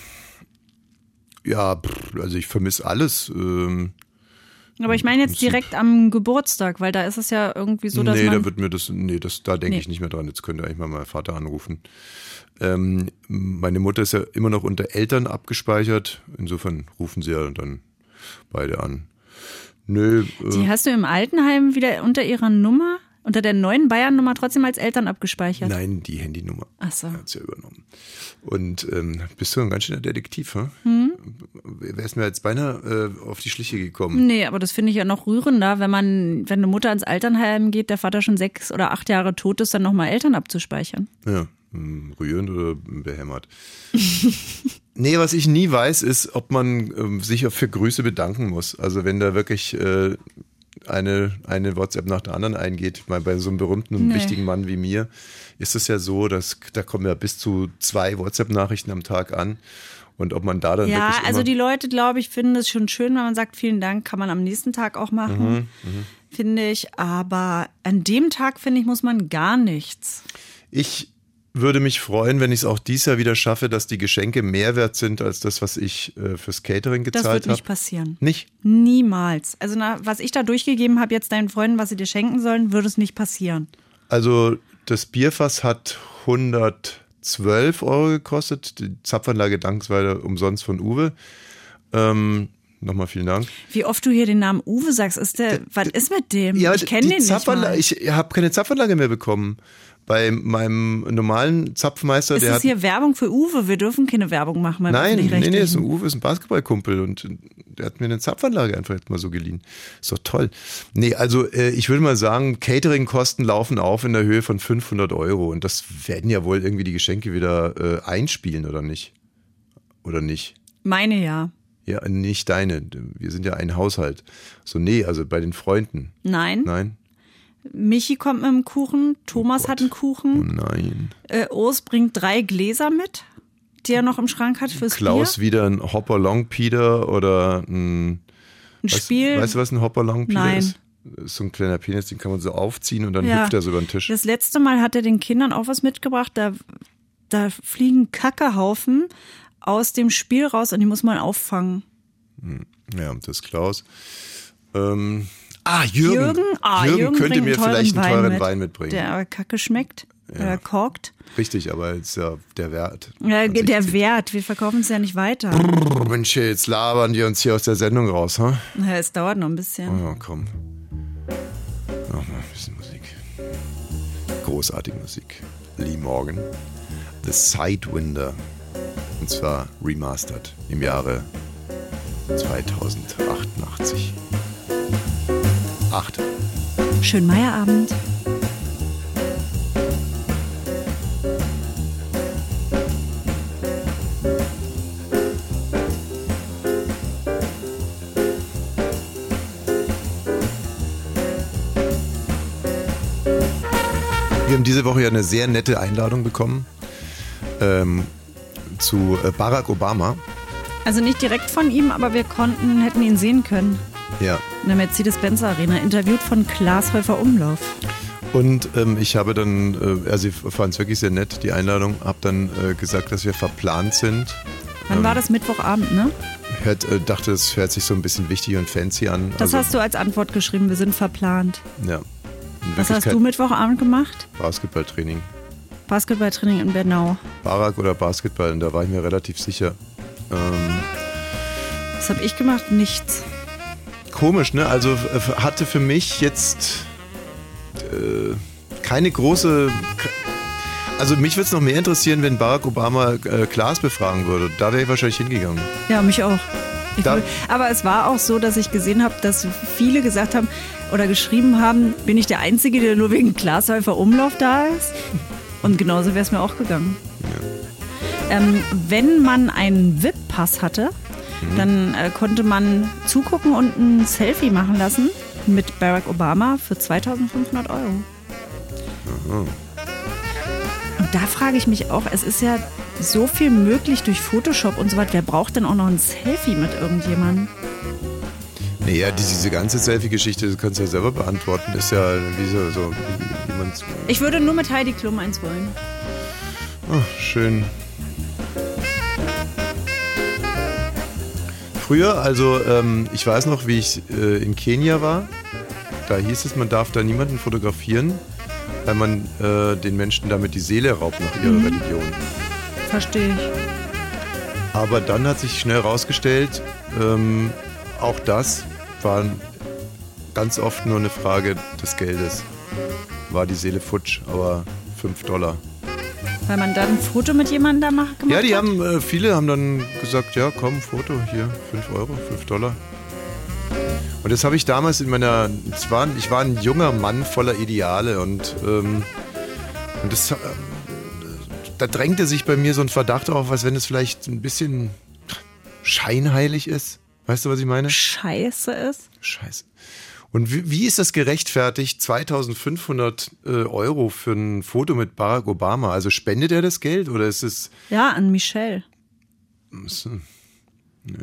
Speaker 6: ja, pff, also ich vermisse alles. Ähm,
Speaker 7: Aber ich meine jetzt direkt am Geburtstag, weil da ist es ja irgendwie so, dass
Speaker 6: nee,
Speaker 7: man...
Speaker 6: da wird mir das, nee, das, da denke
Speaker 7: Nee.
Speaker 6: ich nicht mehr dran. Jetzt könnte eigentlich mal mein Vater anrufen. Ähm, meine Mutter ist ja immer noch unter Eltern abgespeichert. Insofern rufen sie ja dann beide an. Nö,
Speaker 7: die
Speaker 6: äh,
Speaker 7: hast du im Altenheim wieder unter ihrer Nummer, unter der neuen Bayern-Nummer trotzdem als Eltern abgespeichert?
Speaker 6: nein, die Handynummer.
Speaker 7: Ach so.
Speaker 6: Hat sie ja übernommen. Und ähm, bist du ein ganz schöner Detektiv, hm? Wär's mir jetzt beinahe äh, auf die Schliche gekommen.
Speaker 7: Nee, aber das finde ich ja noch rührender, wenn man, wenn eine Mutter ins Elternheim geht, der Vater schon sechs oder acht Jahre tot ist, dann nochmal Eltern abzuspeichern.
Speaker 6: Ja, hm, rührend oder behämmert. nee, was ich nie weiß, ist, ob man ähm, sich für Grüße bedanken muss. Also wenn da wirklich äh, eine, eine WhatsApp nach der anderen eingeht, mal bei so einem berühmten und
Speaker 7: Nee.
Speaker 6: wichtigen Mann wie mir, ist es ja so, dass da kommen ja bis zu zwei WhatsApp-Nachrichten am Tag an. Und ob man da dann
Speaker 7: Ja,
Speaker 6: wirklich immer,
Speaker 7: also die Leute, glaube ich, finden es schon schön, wenn man sagt, vielen Dank, kann man am nächsten Tag auch
Speaker 6: Mhm,
Speaker 7: machen, finde ich. Aber an dem Tag, finde ich, muss man gar nichts.
Speaker 6: Ich würde mich freuen, wenn ich es auch dieses Jahr wieder schaffe, dass die Geschenke mehr wert sind als das, was ich äh, fürs Catering
Speaker 7: Das
Speaker 6: gezahlt
Speaker 7: wird nicht
Speaker 6: habe.
Speaker 7: passieren.
Speaker 6: Nicht?
Speaker 7: Niemals. Also, na, was ich da durchgegeben habe, jetzt deinen Freunden, was sie dir schenken sollen, würde es nicht passieren.
Speaker 6: Also das Bierfass hat 112 Euro gekostet. Die Zapfanlage dankensweise umsonst von Uwe. Ähm, Nochmal vielen Dank.
Speaker 7: Wie oft du hier den Namen Uwe sagst, ist der, was ist mit dem? Ähm, ich kenne den nicht. Mal.
Speaker 6: Ich habe keine Zapfanlage mehr bekommen. Bei meinem normalen Zapfmeister,
Speaker 7: Ist
Speaker 6: der
Speaker 7: das
Speaker 6: hat
Speaker 7: hier Werbung für Uwe? Wir dürfen keine Werbung machen. beim
Speaker 6: Nein, nee, nee,
Speaker 7: Öffentlich-Rechtlichen.
Speaker 6: ist ein Uwe ist ein Basketballkumpel und Er hat mir eine Zapfanlage einfach jetzt mal so geliehen. Ist doch toll. Nee, also äh, ich würde mal sagen, Catering-Kosten laufen auf in der Höhe von 500 Euro. Und das werden ja wohl irgendwie die Geschenke wieder äh, einspielen, oder nicht? Oder nicht?
Speaker 7: Meine ja.
Speaker 6: Ja, nicht deine. Wir sind ja ein Haushalt. So, nee, also bei den Freunden.
Speaker 7: Nein.
Speaker 6: Nein?
Speaker 7: Michi kommt mit einem Kuchen, Thomas hat einen
Speaker 6: Oh
Speaker 7: Kuchen,
Speaker 6: nein.
Speaker 7: äh, Urs bringt drei Gläser mit, die er noch im Schrank hat fürs
Speaker 6: Klaus
Speaker 7: Bier.
Speaker 6: wieder ein Hopper Longpeter oder hm, ein.
Speaker 7: Ein
Speaker 6: weißt-
Speaker 7: Spiel.
Speaker 6: Weißt du, was ein Hopper Longpeter
Speaker 7: Nein.
Speaker 6: ist? Das ist so ein kleiner Penis, den kann man so aufziehen und dann
Speaker 7: Ja.
Speaker 6: hüpft er so über den Tisch.
Speaker 7: Das letzte Mal hat er den Kindern auch was mitgebracht. Da, da fliegen Kackehaufen aus dem Spiel raus und die muss man auffangen.
Speaker 6: Ja, das ist Klaus. Ähm, ah, Jürgen.
Speaker 7: Jürgen, ah, Jürgen,
Speaker 6: könnte
Speaker 7: bringt einen
Speaker 6: mir
Speaker 7: teuren
Speaker 6: vielleicht einen
Speaker 7: Wein
Speaker 6: teuren
Speaker 7: mit,
Speaker 6: Wein mitbringen.
Speaker 7: Der aber Kacke schmeckt oder korkt.
Speaker 6: Richtig, aber jetzt ja der Wert. Also
Speaker 7: Ja,
Speaker 6: An sich
Speaker 7: der
Speaker 6: zieht-
Speaker 7: Wert, wir verkaufen es ja nicht weiter.
Speaker 6: Brrr, Mensch, jetzt labern die uns hier aus der Sendung raus, ha?
Speaker 7: Ja, es dauert noch ein bisschen.
Speaker 6: Ja, komm. Nochmal ein bisschen Musik. Großartige Musik. Lee Morgan. The Sidewinder. Und zwar remastered im Jahre 2088. Acht. Oh.
Speaker 7: Schönen Meierabend.
Speaker 6: Wir haben diese Woche ja eine sehr nette Einladung bekommen ähm, zu äh, Barack Obama.
Speaker 7: Also nicht direkt von ihm, aber wir konnten, hätten ihn sehen können.
Speaker 6: Ja.
Speaker 7: In der Mercedes-Benz Arena, interviewt von Klaas Häufer Umlauf.
Speaker 6: Und ähm, ich habe dann, äh, also ich fand es wirklich sehr nett, die Einladung, habe dann äh, gesagt, dass wir verplant sind.
Speaker 7: Wann
Speaker 6: Ähm,
Speaker 7: war das Mittwochabend, ne?
Speaker 6: Hört, äh, dachte, es hört sich so ein bisschen wichtig und fancy an.
Speaker 7: Das
Speaker 6: also,
Speaker 7: hast du als Antwort geschrieben, wir sind verplant.
Speaker 6: Ja. In
Speaker 7: Was hast
Speaker 6: Wirklichkeit
Speaker 7: du Mittwochabend gemacht?
Speaker 6: Basketballtraining.
Speaker 7: Basketballtraining in Bernau.
Speaker 6: Barack oder Basketball, und da war ich mir relativ sicher. Ähm,
Speaker 7: Was habe ich gemacht? Nichts.
Speaker 6: komisch, ne? Also f- hatte für mich jetzt äh, keine große. ke- Also mich würde es noch mehr interessieren, wenn Barack Obama äh, Klaas befragen würde. Da wäre ich wahrscheinlich hingegangen.
Speaker 7: Ja, mich auch. Ich
Speaker 6: Da-
Speaker 7: will- aber es war auch so, dass ich gesehen habe, dass viele gesagt haben oder geschrieben haben, bin ich der Einzige, der nur wegen Glashäufer Umlauf da ist? Und genauso wäre es mir auch gegangen. Ähm, wenn man einen VIP-Pass hatte, dann äh, konnte man zugucken und ein Selfie machen lassen mit Barack Obama für 2500 Euro. Und da frage ich mich auch, es ist ja so viel möglich durch Photoshop und so weiter. Wer braucht denn auch noch ein Selfie mit irgendjemandem?
Speaker 6: Naja, die- diese ganze Selfie-Geschichte, das kannst du ja selber beantworten. Ist ja wie so, so wie man's-
Speaker 7: Ich würde nur mit Heidi Klum eins wollen.
Speaker 6: Ach, schön. Früher, also ähm, ich weiß noch, wie ich äh, in Kenia war. Da hieß es, man darf da niemanden fotografieren, weil man äh, den Menschen damit die Seele raubt nach ihrer Religion.
Speaker 7: Verstehe ich.
Speaker 6: Aber dann hat sich schnell herausgestellt, ähm, auch das war ganz oft nur eine Frage des Geldes. War die Seele futsch, aber 5 Dollar.
Speaker 7: Weil man dann ein Foto mit jemandem da mach, gemacht
Speaker 6: Ja, die
Speaker 7: hat?
Speaker 6: haben, äh, viele haben dann gesagt, ja komm, Foto hier, 5 Euro, 5 Dollar. Und das habe ich damals in meiner, es war, ich war ein junger Mann voller Ideale und, ähm, und das, äh, da drängte sich bei mir so ein Verdacht auf, als wenn es vielleicht ein bisschen scheinheilig ist. Weißt du, was ich meine?
Speaker 7: Scheiße ist.
Speaker 6: Scheiße. Und wie, wie ist das gerechtfertigt, 2500 äh, Euro für ein Foto mit Barack Obama? Also spendet er das Geld oder ist es...
Speaker 7: Ja, an Michelle.
Speaker 6: Hm. Ja.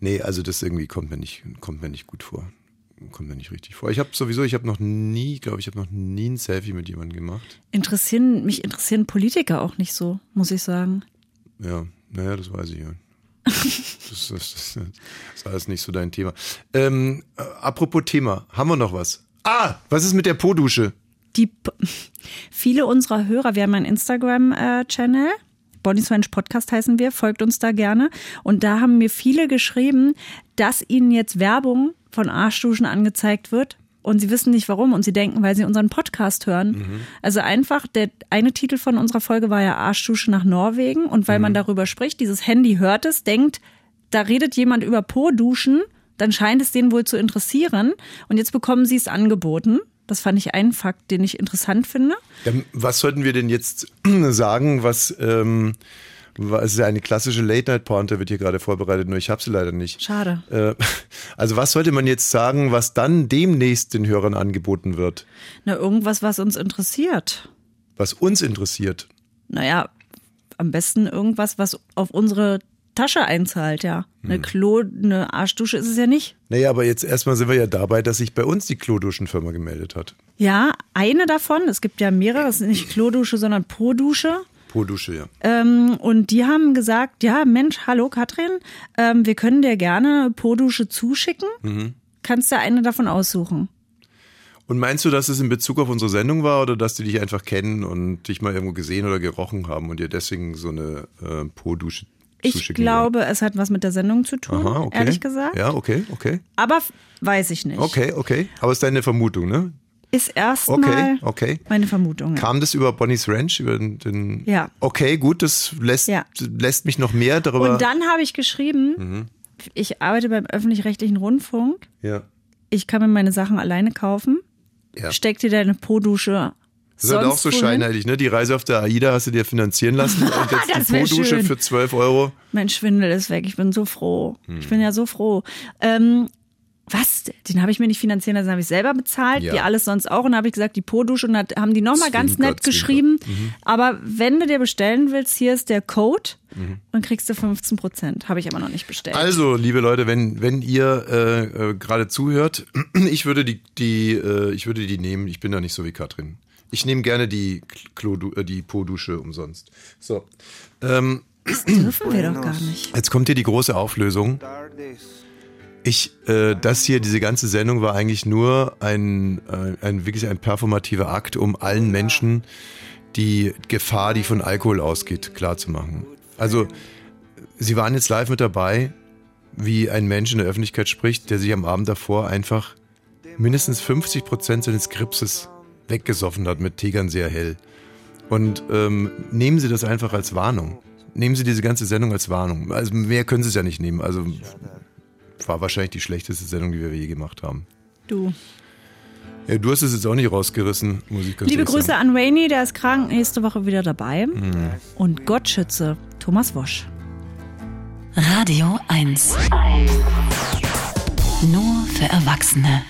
Speaker 6: Nee, also das irgendwie kommt mir nicht, kommt mir nicht gut vor. Kommt mir nicht richtig vor. Ich habe sowieso, ich habe noch nie, glaube ich, habe noch nie ein Selfie mit jemandem gemacht.
Speaker 7: Interessieren, mich interessieren Politiker auch nicht so, muss ich sagen.
Speaker 6: Ja, naja, das weiß ich ja. Das, das, das, das ist alles nicht so dein Thema. Ähm, äh, apropos Thema, haben wir noch was? Ah, was ist mit der Po-Dusche?
Speaker 7: Die P- viele unserer Hörer, wir haben einen Instagram-Channel. Bonnie's Ranch Podcast heißen wir, folgt uns da gerne. Und da haben mir viele geschrieben, dass ihnen jetzt Werbung von Arschduschen angezeigt wird. Und sie wissen nicht warum. Und sie denken, weil sie unseren Podcast hören. Also einfach, der eine Titel von unserer Folge war ja Arschdusche nach Norwegen. Und weil man darüber spricht, dieses Handy hört es, denkt, da redet jemand über Po-Duschen, dann scheint es denen wohl zu interessieren. Und jetzt bekommen sie es angeboten. Das fand ich einen Fakt, den ich interessant finde.
Speaker 6: Dann, was sollten wir denn jetzt sagen, was, ähm, was es ist ja eine klassische Late-Night-Pointe, wird hier gerade vorbereitet, nur ich habe sie leider nicht.
Speaker 7: Schade.
Speaker 6: Äh, also was sollte man jetzt sagen, was dann demnächst den Hörern angeboten wird,
Speaker 7: Na, irgendwas, was uns interessiert.
Speaker 6: was uns interessiert?
Speaker 7: Naja, am besten irgendwas, was auf unsere Tasche einzahlt, ja. Eine Klo, eine Arschdusche ist es ja nicht.
Speaker 6: Naja, aber jetzt erstmal sind wir ja dabei, dass sich bei uns die Kloduschenfirma gemeldet hat.
Speaker 7: Ja, eine davon, es gibt ja mehrere, es ist nicht Klodusche, sondern Po-Dusche.
Speaker 6: Po-Dusche, ja.
Speaker 7: Ähm, und die haben gesagt, ja, Mensch, hallo Katrin, ähm, wir können dir gerne Po-Dusche zuschicken.
Speaker 6: Mhm.
Speaker 7: Kannst du eine davon aussuchen?
Speaker 6: Und meinst du, dass es in Bezug auf unsere Sendung war oder dass die dich einfach kennen und dich mal irgendwo gesehen oder gerochen haben und dir deswegen so eine äh, Po-Dusche
Speaker 7: Ich
Speaker 6: zuschicken
Speaker 7: glaube, es hat was mit der Sendung zu tun,
Speaker 6: wollen? Aha, okay.
Speaker 7: ehrlich gesagt.
Speaker 6: Ja, okay, okay.
Speaker 7: Aber f- weiß ich nicht.
Speaker 6: Okay, okay. Aber es ist deine Vermutung, ne?
Speaker 7: Ist erstmal
Speaker 6: Okay, okay.
Speaker 7: meine Vermutung. Ja.
Speaker 6: Kam das über Bonnie's Ranch? Über den, den
Speaker 7: Hm. Ja.
Speaker 6: Okay, gut, das lässt,
Speaker 7: Ja.
Speaker 6: lässt mich noch mehr darüber.
Speaker 7: Und dann habe ich geschrieben,
Speaker 6: Mhm.
Speaker 7: ich arbeite beim öffentlich-rechtlichen Rundfunk,
Speaker 6: ja.
Speaker 7: ich kann mir meine Sachen alleine kaufen,
Speaker 6: Ja.
Speaker 7: steck dir deine Po-Dusche.
Speaker 6: Das ist halt
Speaker 7: sonst
Speaker 6: auch so
Speaker 7: wohin.
Speaker 6: scheinheilig, ne? Die Reise auf der AIDA hast du dir finanzieren lassen und
Speaker 7: Das
Speaker 6: jetzt die
Speaker 7: wär
Speaker 6: Po-Dusche
Speaker 7: schön.
Speaker 6: für 12 Euro.
Speaker 7: Mein Schwindel ist weg. Ich bin so froh. Ich
Speaker 6: Hm.
Speaker 7: bin ja so froh. Ähm, was? Den habe ich mir nicht finanzieren lassen, habe ich selber bezahlt,
Speaker 6: Ja.
Speaker 7: die alles sonst auch. Und dann habe ich gesagt, die Po-Dusche. Und dann haben die nochmal ganz
Speaker 6: Zwinker, Mhm.
Speaker 7: nett
Speaker 6: Zwinker.
Speaker 7: geschrieben. Aber wenn du dir bestellen willst, hier ist der Code und kriegst du 15 Prozent. Habe ich aber noch nicht bestellt.
Speaker 6: Mhm. Also, liebe Leute, wenn, wenn ihr äh, äh, gerade zuhört, ich würde die, die, äh, ich würde die nehmen. Ich bin da nicht so wie Katrin. Ich nehme gerne die, Klo, äh, die Po-Dusche umsonst. So. Ähm,
Speaker 7: dürfen wir doch gar nicht.
Speaker 6: jetzt kommt hier die große Auflösung. Ich, äh, das hier, diese ganze Sendung war eigentlich nur ein, ein, ein wirklich ein performativer Akt, um allen Menschen die Gefahr, die von Alkohol ausgeht, klarzumachen. Also, sie waren jetzt live mit dabei, wie ein Mensch in der Öffentlichkeit spricht, der sich am Abend davor einfach mindestens 50 Prozent seines Gripses weggesoffen hat mit Tegern sehr hell. Und ähm, nehmen Sie das einfach als Warnung. Nehmen Sie diese ganze Sendung als Warnung. Also mehr können Sie es ja nicht nehmen. Also war wahrscheinlich die schlechteste Sendung, die wir je gemacht haben.
Speaker 7: Du.
Speaker 6: Ja, du hast es jetzt auch nicht rausgerissen, muss ich ganz
Speaker 7: Liebe
Speaker 6: ehrlich
Speaker 7: Grüße
Speaker 6: sagen.
Speaker 7: an Rainy, der ist krank, nächste Woche wieder dabei.
Speaker 6: Mhm.
Speaker 7: Und Gott schütze Thomas Wosch.
Speaker 3: Radio 1. Nur für Erwachsene.